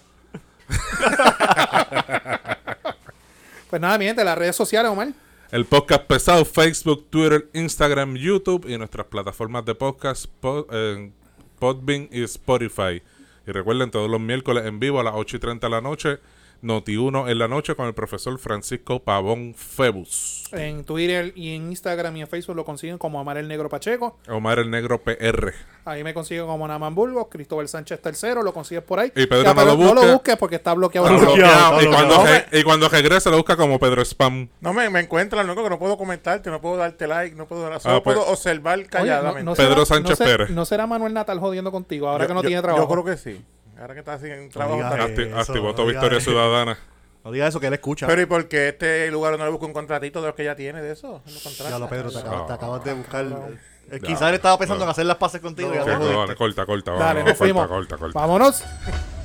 S3: <laughs> pues nada, mi gente, las redes sociales, Omar.
S4: El podcast pesado, Facebook, Twitter, Instagram, YouTube y nuestras plataformas de podcast, po- eh, Podbean y Spotify. Y recuerden todos los miércoles en vivo a las 8 y 30 de la noche, Noti 1 en la noche con el profesor Francisco Pavón Febus.
S3: En Twitter y en Instagram y en Facebook lo consiguen como Amar el Negro Pacheco.
S4: Omar el Negro PR.
S3: Ahí me consiguen como Naman Burgos. Cristóbal Sánchez III lo consigues por ahí.
S4: Y Pedro
S3: Ya,
S4: no lo
S3: no
S4: busque.
S3: lo busques porque está bloqueado.
S4: Está
S3: en el-
S4: bloqueado.
S6: está
S4: Y cuando
S6: bloqueado.
S4: re- Y cuando regrese lo busca como Pedro Spam.
S5: No me, me encuentras, loco, que no puedo comentarte, no puedo darte like, no puedo, solo
S4: Ah, pues.
S5: puedo observar
S3: Oye, no-
S5: calladamente.
S3: no
S4: Pedro
S3: será-
S4: Sánchez
S3: no será-
S4: Pérez.
S3: No será Manuel Natal jodiendo contigo ahora que no
S5: Yo-
S3: tiene
S5: yo-
S3: trabajo.
S5: Yo creo que sí. Ahora que estás sin trabajo.
S6: digas
S5: está-
S6: eso.
S4: Acti- activó
S6: no
S4: tu
S6: diga
S4: victoria
S3: <laughs>
S6: eso.
S4: ciudadana.
S6: No diga eso, que él escucha.
S5: Pero ¿y por qué este lugar no le busca un contratito de los que ya tiene de eso? Los contratos.
S6: ya lo, Pedro, te acabas, te acabas de buscar. eh, eh,
S4: Ya,
S6: quizás él estaba pensando
S4: no.
S6: en hacer las pases contigo. y ya
S4: Sí,
S6: te jodiste.
S4: vale, corta, corta.
S3: Dale,
S4: vamos,
S3: nos
S4: corta,
S3: fuimos.
S4: corta, corta.
S3: Vámonos.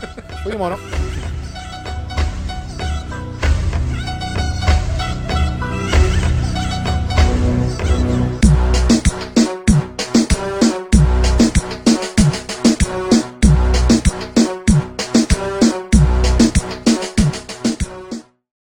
S3: <laughs> Fuimos, ¿no?